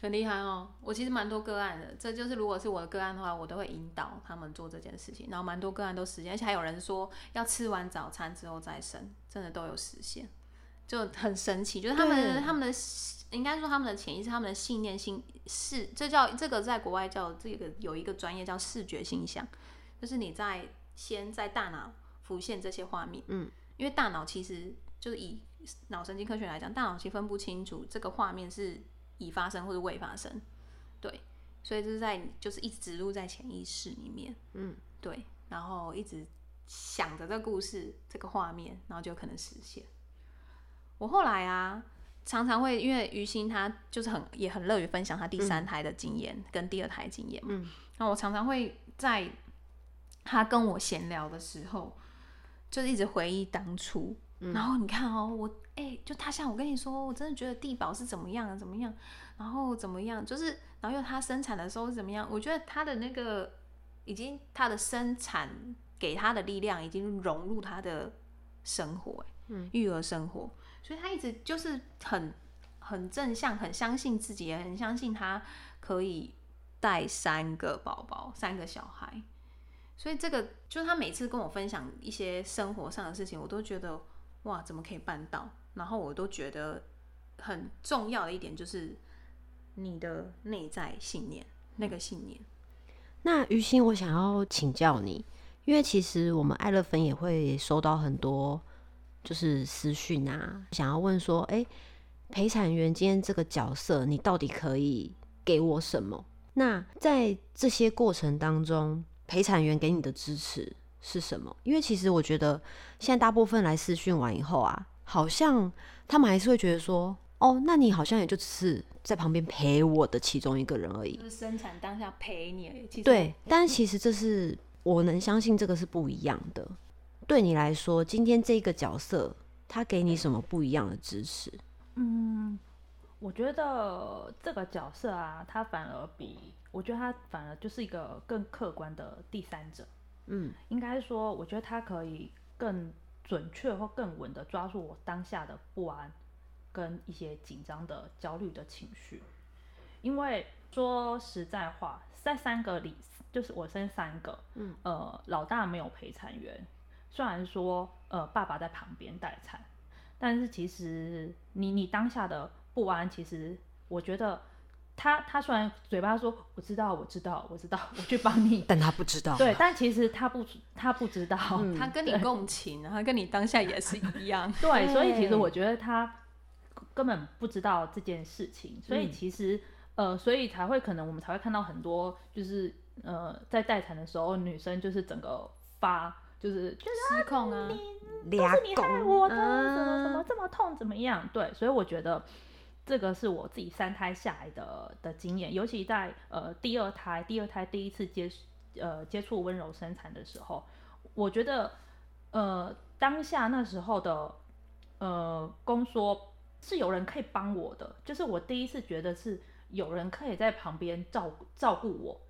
Speaker 1: 很厉害哦。我其实蛮多个案的，这就是如果是我的个案的话，我都会引导他们做这件事情，然后蛮多个案都实现，而且还有人说要吃完早餐之后再生，真的都有实现，就很神奇。就是他们的
Speaker 2: 对
Speaker 1: 他们的应该说他们的潜意识、他们的信念心是，这叫这个在国外叫这个有一个专业叫视觉心象，就是你在先在大脑浮现这些画面，
Speaker 2: 嗯，
Speaker 1: 因为大脑其实就是以脑神经科学来讲，大脑其实分不清楚这个画面是已发生或者未发生，对，所以就是在就是一直植入在潜意识里面，
Speaker 2: 嗯，
Speaker 1: 对，然后一直想着这个故事这个画面，然后就可能实现。我后来啊，常常会因为于心他就是很也很乐于分享他第三胎的经验、跟第二胎经验嘛，
Speaker 2: 嗯
Speaker 1: 然后我常常会在他跟我闲聊的时候，就是一直回忆当初。
Speaker 2: 嗯
Speaker 1: 然后你看哦，我哎、就他像我跟你说，我真的觉得地保是怎么样怎么样，然后怎么样，就是然后又他生产的时候是怎么样，我觉得他的那个已经他的生产给他的力量已经融入他的生活、哎
Speaker 2: 嗯，
Speaker 1: 育儿生活，所以他一直就是很很正向，很相信自己，也很相信他可以带三个宝宝，三个小孩。所以这个就是他每次跟我分享一些生活上的事情，我都觉得哇，怎么可以办到？然后我都觉得很重要的一点就是你的内在信念，那个信念。
Speaker 2: 那于心，我想要请教你，因为其实我们爱乐芬也会收到很多就是私讯啊，想要问说，哎、陪产员今天这个角色，你到底可以给我什么？那在这些过程当中，陪产员给你的支持是什么？因为其实我觉得现在大部分来私讯完以后啊，好像他们还是会觉得说，哦，那你好像也就只是在旁边陪我的其中一个人而已
Speaker 1: 就。是生产当下陪你而已。其实
Speaker 2: 对，但其实这是我能相信这个是不一样的。对你来说，今天这个角色他给你什么不一样的支持？
Speaker 3: 嗯，我觉得这个角色啊，他反而比我觉得他反而就是一个更客观的第三者。
Speaker 2: 嗯
Speaker 3: 应该说，我觉得他可以更准确或更稳的抓住我当下的不安跟一些紧张的焦虑的情绪。因为说实在话，在三个里，就是我生三个，
Speaker 2: 嗯，
Speaker 3: 呃，老大没有陪产员，虽然说呃爸爸在旁边待产，但是其实你你当下的不安，其实我觉得他他虽然嘴巴说我知道我知道我知道，我去帮你，
Speaker 2: 但他不知 道啊
Speaker 3: 对，但其实他不他不知道，
Speaker 1: 哦
Speaker 2: 嗯
Speaker 1: 他跟你共情，然后跟你当下也是一 样。
Speaker 3: 对，所以其
Speaker 2: 对
Speaker 3: 实我觉得他根本不知道这件事情，所以
Speaker 2: 嗯
Speaker 3: 其实、呃，所以才会可能我们才会看到很多就是呃，在待产的时候，女生就是整个发就是就是
Speaker 1: 失控啊！
Speaker 2: 俩
Speaker 3: 是你害我的，什么什么
Speaker 2: 啊，
Speaker 3: 这么痛，怎么样？对，所以我觉得这个是我自己三胎下来的的经验，尤其在呃第二胎，第二胎第一次接呃接触温柔生产的时候，我觉得呃当下那时候的呃公说是有人可以帮我的，就是我第一次觉得是有人可以在旁边照顾照顾我。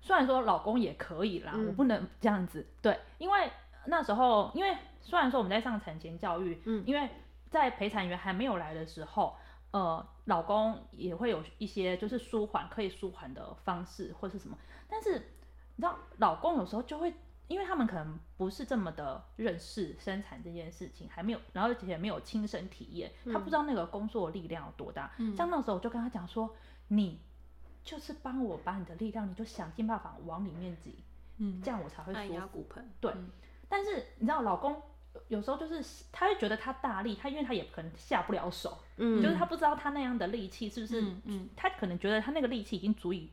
Speaker 3: 虽然说老公也可以啦，
Speaker 2: 嗯
Speaker 3: 我不能这样子，对，因为那时候因为虽然说我们在上产前教育，
Speaker 2: 嗯
Speaker 3: 因为在陪产员还没有来的时候。呃，老公也会有一些就是舒缓可以舒缓的方式或是什么，但是你知道，老公有时候就会，因为他们可能不是这么的认识生产这件事情，还没有，然后而且也没有亲身体验，他不知道那个工作的力量有多大。
Speaker 1: 嗯
Speaker 3: 像那时候我就跟他讲说，你就是帮我把你的力量，你就想尽办法往里面挤，
Speaker 1: 嗯
Speaker 3: 这样我才会
Speaker 1: 按
Speaker 3: 舒
Speaker 1: 压
Speaker 3: 服。
Speaker 1: 骨盆，
Speaker 3: 对
Speaker 1: 嗯
Speaker 3: 但是你知道，老公有时候就是他会觉得他大力，他因为他也可能下不了手，
Speaker 2: 嗯
Speaker 3: 就是他不知道他那样的力气是不是，
Speaker 1: 嗯嗯
Speaker 3: 他可能觉得他那个力气已经足以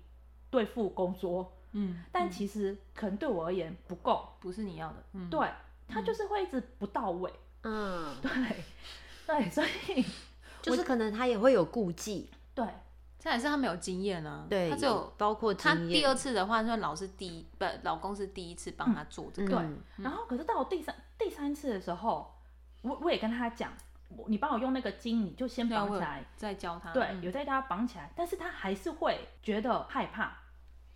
Speaker 3: 对付工作，
Speaker 1: 嗯，
Speaker 3: 但
Speaker 1: 嗯
Speaker 3: 其实可能对我而言不够。
Speaker 1: 不是你要的，嗯，
Speaker 3: 对，他就是会一直不到位，
Speaker 2: 嗯，
Speaker 3: 对，对，所以
Speaker 2: 就是可能他也会有顾忌，
Speaker 3: 对，
Speaker 1: 这也是他没有经验啊，
Speaker 2: 对，
Speaker 1: 他只有
Speaker 2: 包括
Speaker 1: 他
Speaker 2: 经验
Speaker 1: 第二次的话，算老是第一不，老公是第一次帮他做这个，
Speaker 2: 嗯
Speaker 3: 然后可是到我第三第三次的时候，我我也跟他讲，我你帮我用那个筋，你就先
Speaker 1: 对啊，
Speaker 3: 绑
Speaker 1: 我
Speaker 3: 起
Speaker 1: 有
Speaker 3: 来，
Speaker 1: 在教他，
Speaker 3: 对，
Speaker 1: 嗯
Speaker 3: 有在他绑起来，但是他还是会觉得害怕，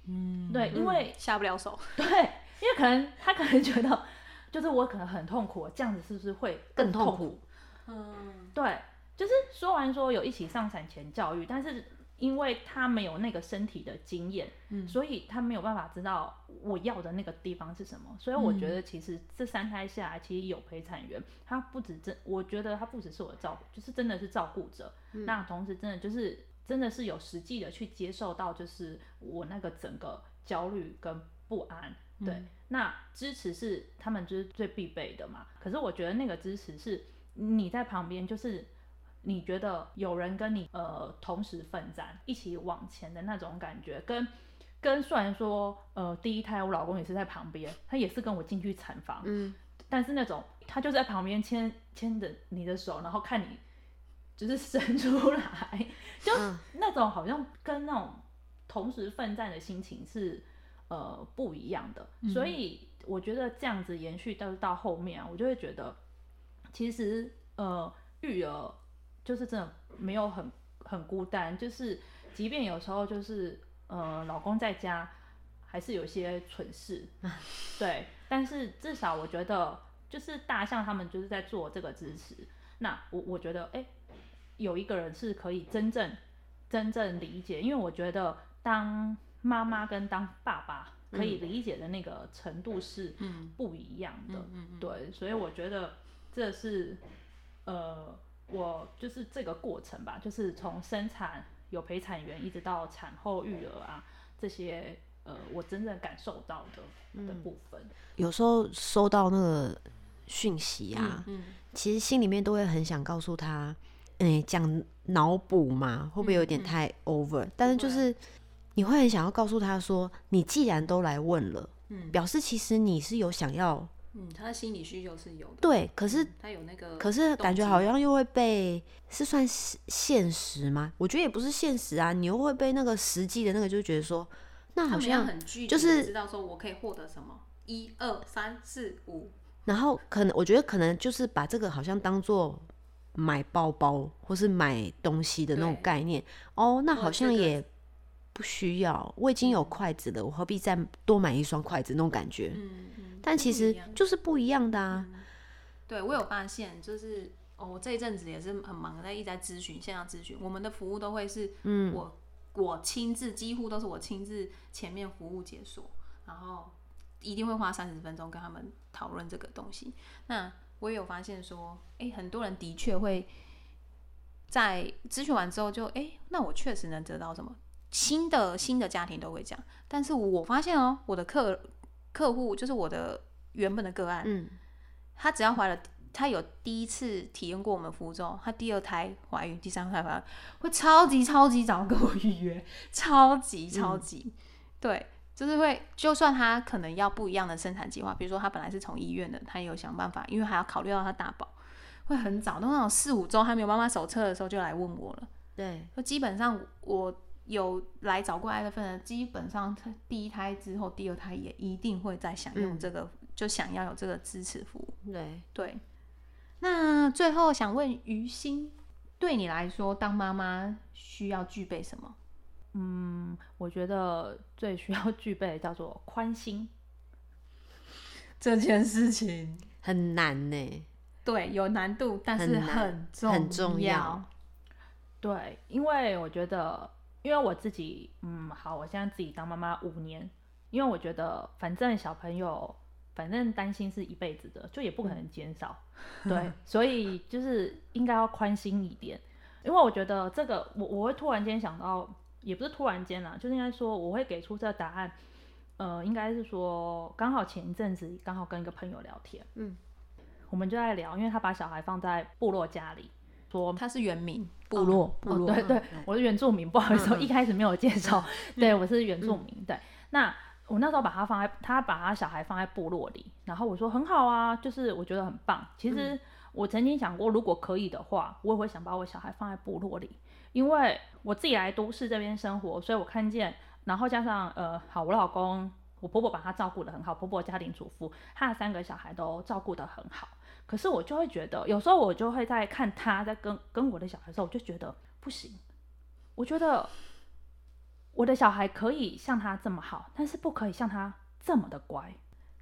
Speaker 1: 嗯，
Speaker 3: 对，因为
Speaker 1: 下不了手，
Speaker 3: 对，因为可能他可能觉得，就是我可能很痛苦，这样子是不是会
Speaker 2: 更
Speaker 3: 痛
Speaker 2: 痛苦？
Speaker 1: 嗯
Speaker 3: 对，就是说完说有一起上产前教育，但是因为他没有那个身体的经验，
Speaker 1: 嗯
Speaker 3: 所以他没有办法知道我要的那个地方是什么。所以我
Speaker 1: 嗯
Speaker 3: 觉得其实这三胎下来，其实有陪产员，他不止真，我觉得他不只是我的照顾，就是真的是照顾者。
Speaker 1: 嗯
Speaker 3: 那同时真的就是真的是有实际的去接受到，就是我那个整个焦虑跟不安。对，
Speaker 1: 嗯
Speaker 3: 那支持是他们就是最必备的嘛。可是我觉得那个支持是你在旁边，就是你觉得有人跟你呃同时奋战，一起往前的那种感觉，跟跟虽然说呃第一胎我老公也是在旁边，他也是跟我进去产房，
Speaker 2: 嗯，
Speaker 3: 但是那种他就在旁边牵牵着你的手，然后看你就是 伸出来，就
Speaker 2: 嗯
Speaker 3: 那种好像跟那种同时奋战的心情是呃不一样的，所以我觉得这样子延续到到后面啊，我就会觉得其实呃育儿就是真的没有很很孤单，就是即便有时候就是呃老公在家还是有一些蠢事，对，但是至少我觉得就是大象他们就是在做这个支持，那我我觉得哎、诶有一个人是可以真正真正理解，因为我觉得当妈妈跟当爸爸可以理解的那个程度是
Speaker 1: 嗯
Speaker 3: 不一样的，
Speaker 1: 嗯嗯嗯
Speaker 3: 对，所以我觉得这是呃，我就是这个过程吧，就是从生产有陪产员一直到产后育儿啊这些，呃，我真正感受到的、的部分，
Speaker 2: 有时候收到那个讯息啊，
Speaker 1: 嗯
Speaker 2: 其实心里面都会很想告诉他，哎、讲脑补嘛，会不会有
Speaker 1: 嗯
Speaker 2: 点太 over？、但是就是你会很想要告诉他说，你既然都来问了，
Speaker 1: 嗯
Speaker 2: 表示其实你是有想要
Speaker 1: 嗯，他的心理需求是有的，
Speaker 2: 对，可是
Speaker 1: 嗯他有那个，
Speaker 2: 可是感觉
Speaker 1: 动机
Speaker 2: 好像又会被是算是现实吗？我觉得也不是现实啊，你又会被那个实际的那个，就觉得说，那
Speaker 1: 他
Speaker 2: 好
Speaker 1: 们要
Speaker 2: 像，
Speaker 1: 很具体，
Speaker 2: 就是
Speaker 1: 知道说我可以获得什么，一二三四五，
Speaker 2: 然后可能我觉得可能就是把这个好像当做买包包或是买东西的那种
Speaker 1: 对
Speaker 2: 概念哦，那
Speaker 1: 我
Speaker 2: 好像
Speaker 1: 这个
Speaker 2: 也不需要，我已经有筷子了，我何必再多买一双筷子那种感觉？
Speaker 1: 嗯嗯，
Speaker 2: 但其
Speaker 1: 不一
Speaker 2: 实
Speaker 1: 样
Speaker 2: 就是不一样的啊，
Speaker 1: 对我有发现，就是哦，我这一阵子也是很忙，在一直在咨询线上咨询，我们的服务都会是，嗯，我我亲自几乎都是我亲自前面服务解锁，然后一定会花三十分钟跟他们讨论这个东西。那我也有发现说，诶，很多人的确会在咨询完之后就，诶，那我确实能得到什么？新的新的家庭都会这样，但是我发现哦，我的客客户就是我的原本的个案，
Speaker 2: 嗯
Speaker 1: 她只要怀了，她有第一次体验过我们福州，她第二胎怀孕，第三胎怀孕，会超级超级早跟我预约， 超级超级，对，就是会，就算她可能要不一样的生产计划，比如说她本来是从医院的，她也有想办法，因为还要考虑到她大宝，会很早，都那种四五周还没有妈妈手册的时候就来问我了。
Speaker 2: 对，
Speaker 1: 就基本上我有来找过艾德芬的，基本上他第一胎之后，第二胎也一定会再想用这个，就想要有这个支持服务。
Speaker 2: 对，
Speaker 1: 对，那最后想问于心，对你来说，当妈妈需要具备什么？
Speaker 3: 嗯，我觉得最需要具备的叫做宽心。
Speaker 1: 这件事情
Speaker 2: 很难呢。
Speaker 1: 对有难度，但是
Speaker 2: 很难
Speaker 1: 很重
Speaker 2: 很重
Speaker 1: 要
Speaker 2: 要。
Speaker 3: 对，因为我觉得，因为我自己，嗯，好，我现在自己当妈妈五年，因为我觉得，反正小朋友，反正担心是一辈子的，就也不可能减少，对，所以就是应该要宽心一点，因为我觉得这个，我我会突然间想到，也不是突然间啦，就是应该说，我会给出这个答案，呃，应该是说，刚好前一阵子刚好跟一个朋友聊天，
Speaker 1: 嗯，
Speaker 3: 我们就在聊，因为他把小孩放在部落家里，说
Speaker 1: 他是原名
Speaker 3: 部落，部
Speaker 2: 部落
Speaker 3: 对对
Speaker 2: 嗯，
Speaker 3: 我是原住民，不好意
Speaker 2: 嗯
Speaker 3: 思，我一开始没有介绍，对我是原住民，对。那我那时候把他放在，他把他小孩放在部落里，然后我说很好啊，就是我觉得很棒。其
Speaker 2: 嗯
Speaker 3: 实我曾经想过，如果可以的话，我也会想把我小孩放在部落里，因为我自己来都市这边生活，所以我看见，然后加上呃，好，我老公。我婆婆把他照顾得很好，婆婆家庭主妇，她的三个小孩都照顾得很好。可是我就会觉得，有时候我就会在看他在跟跟我的小孩的时候，我就觉得不行，我觉得我的小孩可以像他这么好，但是不可以像他这么的乖。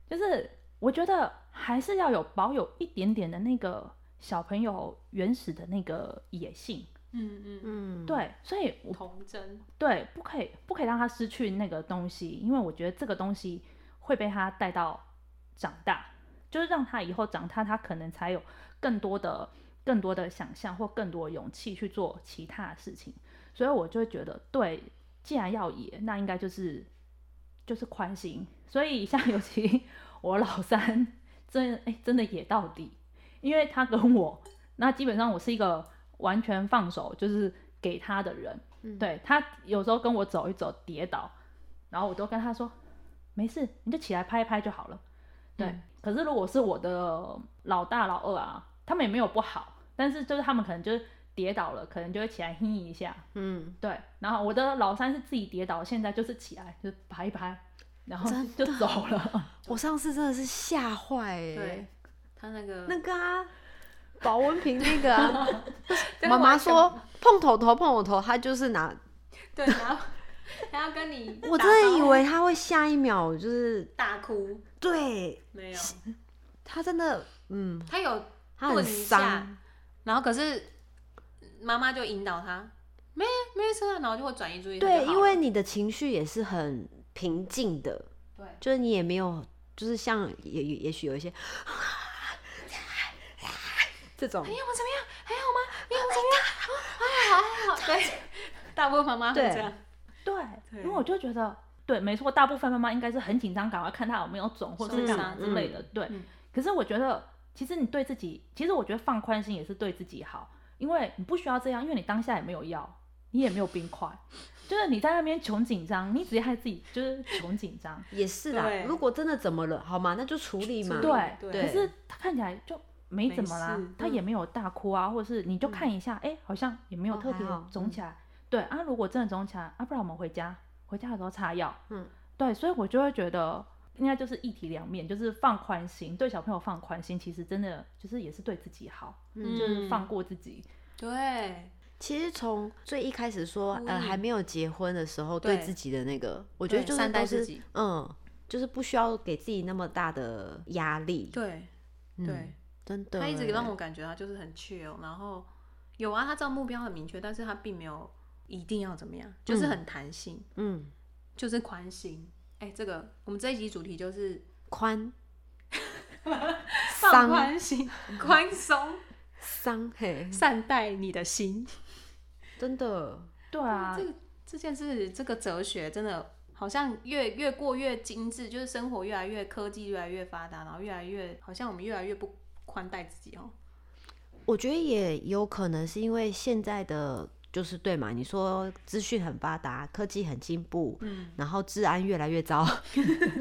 Speaker 3: 就是我觉得还是要有保有一点点的那个小朋友原始的那个野性。
Speaker 1: 嗯嗯，
Speaker 2: 嗯，，
Speaker 3: 对，所以我
Speaker 1: 童真，
Speaker 3: 对不可以不可以让他失去那个东西，因为我觉得这个东西会被他带到长大，就是让他以后长大，他可能才有更多的更多的想象或更多的勇气去做其他的事情。所以我就会觉得，对，既然要野，那应该就是就是宽心。所以像尤其 我老三真哎、真的野到底，因为他跟我，那基本上我是一个完全放手就是给他的人。
Speaker 2: 嗯
Speaker 3: 对他有时候跟我走一走跌倒，然后我都跟他说没事，你就起来拍一拍就好了。对，
Speaker 1: 嗯
Speaker 3: 可是如果是我的老大老二啊，他们也没有不好，但是就是他们可能就是跌倒了，可能就会起来哼一下，
Speaker 2: 嗯，
Speaker 3: 对，然后我的老三是自己跌倒，现在就是起来就是拍一拍，然后
Speaker 2: 真
Speaker 3: 就
Speaker 2: 的
Speaker 3: 走了。
Speaker 2: 我上次真的是吓坏哎，
Speaker 1: 对，他那个
Speaker 2: 那个啊，保温瓶那个 啊，
Speaker 1: 跟
Speaker 2: 妈
Speaker 1: 我
Speaker 2: 妈
Speaker 1: 还想
Speaker 2: 说碰头头碰我头，她就是拿，
Speaker 1: 对，然 后还要跟你
Speaker 2: 我
Speaker 1: 打
Speaker 2: 真的以
Speaker 1: 招呼
Speaker 2: 为她会下一秒就是
Speaker 1: 大哭，
Speaker 2: 对
Speaker 1: 没有，
Speaker 2: 她真的，嗯，
Speaker 1: 他有
Speaker 2: 她
Speaker 1: 顿
Speaker 2: 很
Speaker 1: 一下
Speaker 2: 伤，
Speaker 1: 然后可是妈妈就引导他，没没事啊，然后就会转移注意力就好了。
Speaker 2: 对，因为你的情绪也是很平静的，
Speaker 1: 对
Speaker 2: 就是你也没有，就是像也也也许有一些这种，
Speaker 1: 哎呀，我怎么样？还好吗？哎呀，我怎么样？还好还好。啊对， 大部分妈妈会
Speaker 2: 对
Speaker 1: 这样，
Speaker 3: 对，
Speaker 1: 对
Speaker 3: 因为我就觉得对，没错，大部分妈妈应该是很紧张，赶快看他有没有肿或者
Speaker 1: 受
Speaker 3: 是干嘛
Speaker 1: 伤
Speaker 3: 之类的。对，
Speaker 1: 啊嗯
Speaker 3: 可是我觉得其实你对自己，其实我觉得放宽心也是对自己好，因为你不需要这样，因为你当下也没有药，你也没有冰块， 就是你在那边穷紧张，你只是害自己就是穷紧张。
Speaker 2: 也是啦
Speaker 1: 对。
Speaker 2: 如果真的怎么了，好吗？那就处理嘛。嗯
Speaker 1: 处理
Speaker 3: 对，
Speaker 1: 对
Speaker 3: 可是他看起来就没怎么啦
Speaker 1: 没事，
Speaker 3: 他也没有大哭啊，或者是你就看一下，哎、好像也没有
Speaker 2: 哦
Speaker 3: 特别
Speaker 2: 还好
Speaker 3: 肿起来。对啊，如果真的肿起来，啊，不然我们回家，回家的时候擦药。
Speaker 2: 嗯，
Speaker 3: 对，所以我就会觉得应该就是一体两面，就是放宽心，对小朋友放宽心，其实真的就是也是对自己好，
Speaker 2: 嗯
Speaker 3: 就是放过自己。
Speaker 1: 对，
Speaker 2: 其实从最一开始说，
Speaker 1: 呼
Speaker 2: 呃，
Speaker 1: 应
Speaker 2: 还没有结婚的时候，
Speaker 1: 对
Speaker 2: 对自己的那个，我觉得
Speaker 1: 对
Speaker 2: 就是
Speaker 1: 善待
Speaker 2: 都
Speaker 1: 自
Speaker 2: 是
Speaker 1: 己
Speaker 2: 嗯，就是不需要给自己那么大的压力。
Speaker 1: 对
Speaker 2: 嗯
Speaker 1: 对，
Speaker 2: 真的欸，
Speaker 1: 他一直让我感觉他就是很 chill，然后有啊，他知道目标很明确，但是他并没有一定要怎么样，就是很弹性，
Speaker 2: 嗯
Speaker 1: 就是宽心。哎，这个我们这一集主题就是
Speaker 2: 宽
Speaker 1: 放
Speaker 2: 桑
Speaker 1: 宽心、宽松，
Speaker 2: 伤嘿，
Speaker 1: 善待你的心。
Speaker 2: 真的
Speaker 3: 对啊，
Speaker 1: 这个这件事，这个哲学真的好像越越过越精致，就是生活越来越科技越来越发达，然后越来越好像我们越来越不宽待自己哦。
Speaker 2: 我觉得也有可能是因为现在的就是对嘛，你说资讯很发达，科技很进步，
Speaker 1: 嗯，
Speaker 2: 然后治安越来越糟，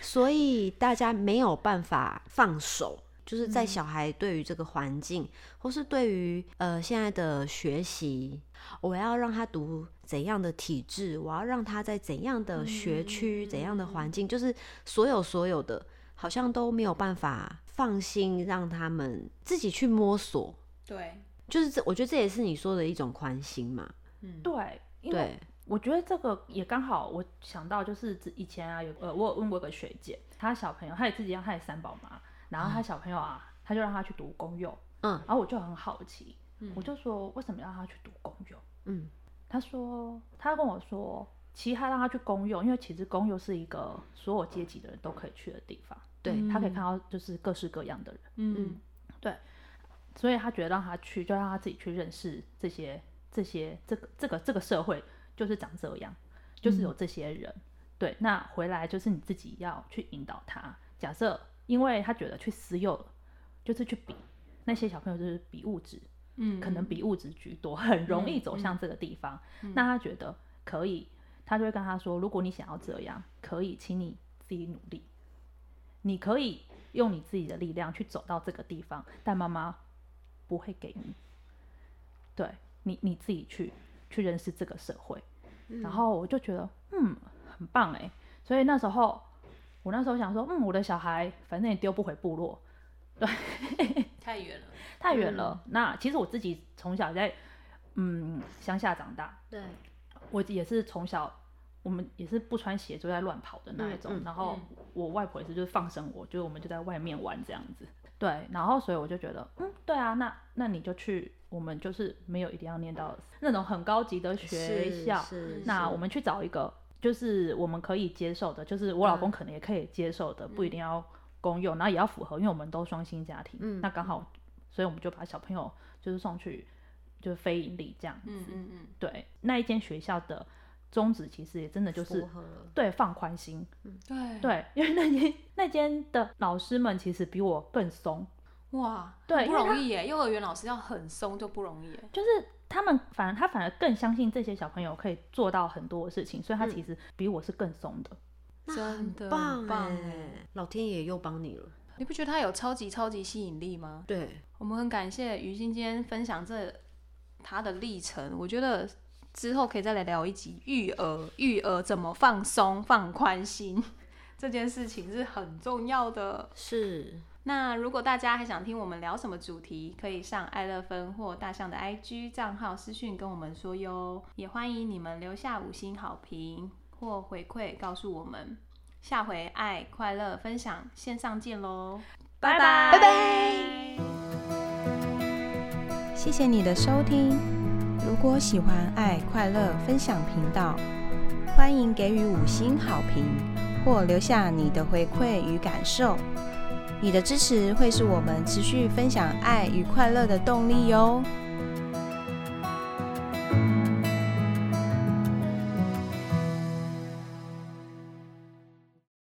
Speaker 2: 所以大家没有办法放手。就是在小孩对于这个环境，或是对于呃现在的学习，我要让他读怎样的体制，我要让他在怎样的学区、
Speaker 1: 嗯
Speaker 2: 怎样的环境，就是所有所有的，好像都没有办法放心让他们自己去摸索，
Speaker 1: 对，
Speaker 2: 就是这，我觉得这也是你说的一种宽心嘛。
Speaker 1: 嗯，
Speaker 3: 对，因为
Speaker 2: 对，
Speaker 3: 我觉得这个也刚好，我想到就是之以前啊，有呃，我有问过一个学姐，她小朋友，她也自己一样，她也三宝妈，然后她小朋友啊，她就让她去读公幼，
Speaker 2: 嗯
Speaker 3: 然后我就很好奇，
Speaker 1: 嗯
Speaker 3: 我就说为什么要让她去读公幼？
Speaker 2: 嗯
Speaker 3: 她说，她跟我说，其实她让她去公幼，因为其实公幼是一个所有阶级的人都可以去的地方，
Speaker 2: 对
Speaker 3: 她可以看到就是各式各样的人，
Speaker 1: 嗯
Speaker 3: 所以她觉得让她去，就让她自己去认识这些这些这个这个这个社会就是长这样，就是有这些人。对，那回来就是你自己要去引导他。假设因为他觉得去私幼就是去比那些小朋友就是比物质，
Speaker 1: 嗯，
Speaker 3: 可能比物质居多，很容易走向这个地方。那他觉得可以，他就会跟他说：如果你想要这样，可以，请你自己努力，你可以用你自己的力量去走到这个地方，但妈妈不会给你。对你你自己去去认识这个社会，
Speaker 1: 嗯
Speaker 3: 然后我就觉得嗯很棒哎，所以那时候我那时候想说嗯我的小孩反正也丢不回部落，
Speaker 1: 太远了，
Speaker 3: 太
Speaker 2: 嗯
Speaker 3: 远了。那其实我自己从小在嗯乡下长大，
Speaker 2: 对，
Speaker 3: 我也是从小我们也是不穿鞋就在乱跑的那一种。
Speaker 2: 嗯嗯
Speaker 3: 然后我外婆也是就是放生我，就是我们就在外面玩这样子。对，然后所以我就觉得，嗯，对啊，那那你就去，我们就是没有一定要念到那种很高级的学校，
Speaker 2: 是
Speaker 3: 那
Speaker 2: 是
Speaker 3: 我们去找一个就是我们可以接受的，就是
Speaker 2: 嗯
Speaker 3: 我老公可能也可以接受的，不一定要公用，然后也要符合，因为我们都双薪家庭，
Speaker 2: 嗯
Speaker 3: 那刚好，所以我们就把小朋友就是送去就是非盈利这样子。
Speaker 1: 嗯嗯嗯，
Speaker 3: 对，那一间学校的宗旨其实也真的就是
Speaker 2: 符合嗯了
Speaker 3: 对放宽心，
Speaker 1: 嗯对，
Speaker 3: 对，因为那间那间的老师们其实比我更松，
Speaker 1: 哇，很
Speaker 3: 对因
Speaker 1: 不
Speaker 3: 为他
Speaker 1: 容易耶，幼儿园老师要很松就不容易耶，
Speaker 3: 就是他们反而他反而更相信这些小朋友可以做到很多的事情，所
Speaker 2: 嗯
Speaker 3: 以他其实比我是更松的。
Speaker 2: 那
Speaker 1: 真的
Speaker 2: 很
Speaker 1: 很
Speaker 2: 棒
Speaker 1: 棒
Speaker 2: 哎，老天爷又帮你了。
Speaker 1: 你不觉得他有超级超级吸引力吗？
Speaker 2: 对，
Speaker 1: 我们很感谢于心今天分享这他的历程，我觉得之后可以再来聊一集育儿，育儿怎么放松、放宽心 这件事情是很重要的。
Speaker 2: 是
Speaker 1: 那如果大家还想听我们聊什么主题，可以上爱乐芬或大象的 IG 账号私讯跟我们说哟，也欢迎你们留下五星好评或回馈告诉我们。下回爱快乐分享线上见喽，拜拜
Speaker 2: 拜拜。
Speaker 1: 谢谢你的收听。如果喜欢爱快乐分享频道，欢迎给予五星好评或留下你的回馈与感受。你的支持会是我们持续分享爱与快乐的动力哟、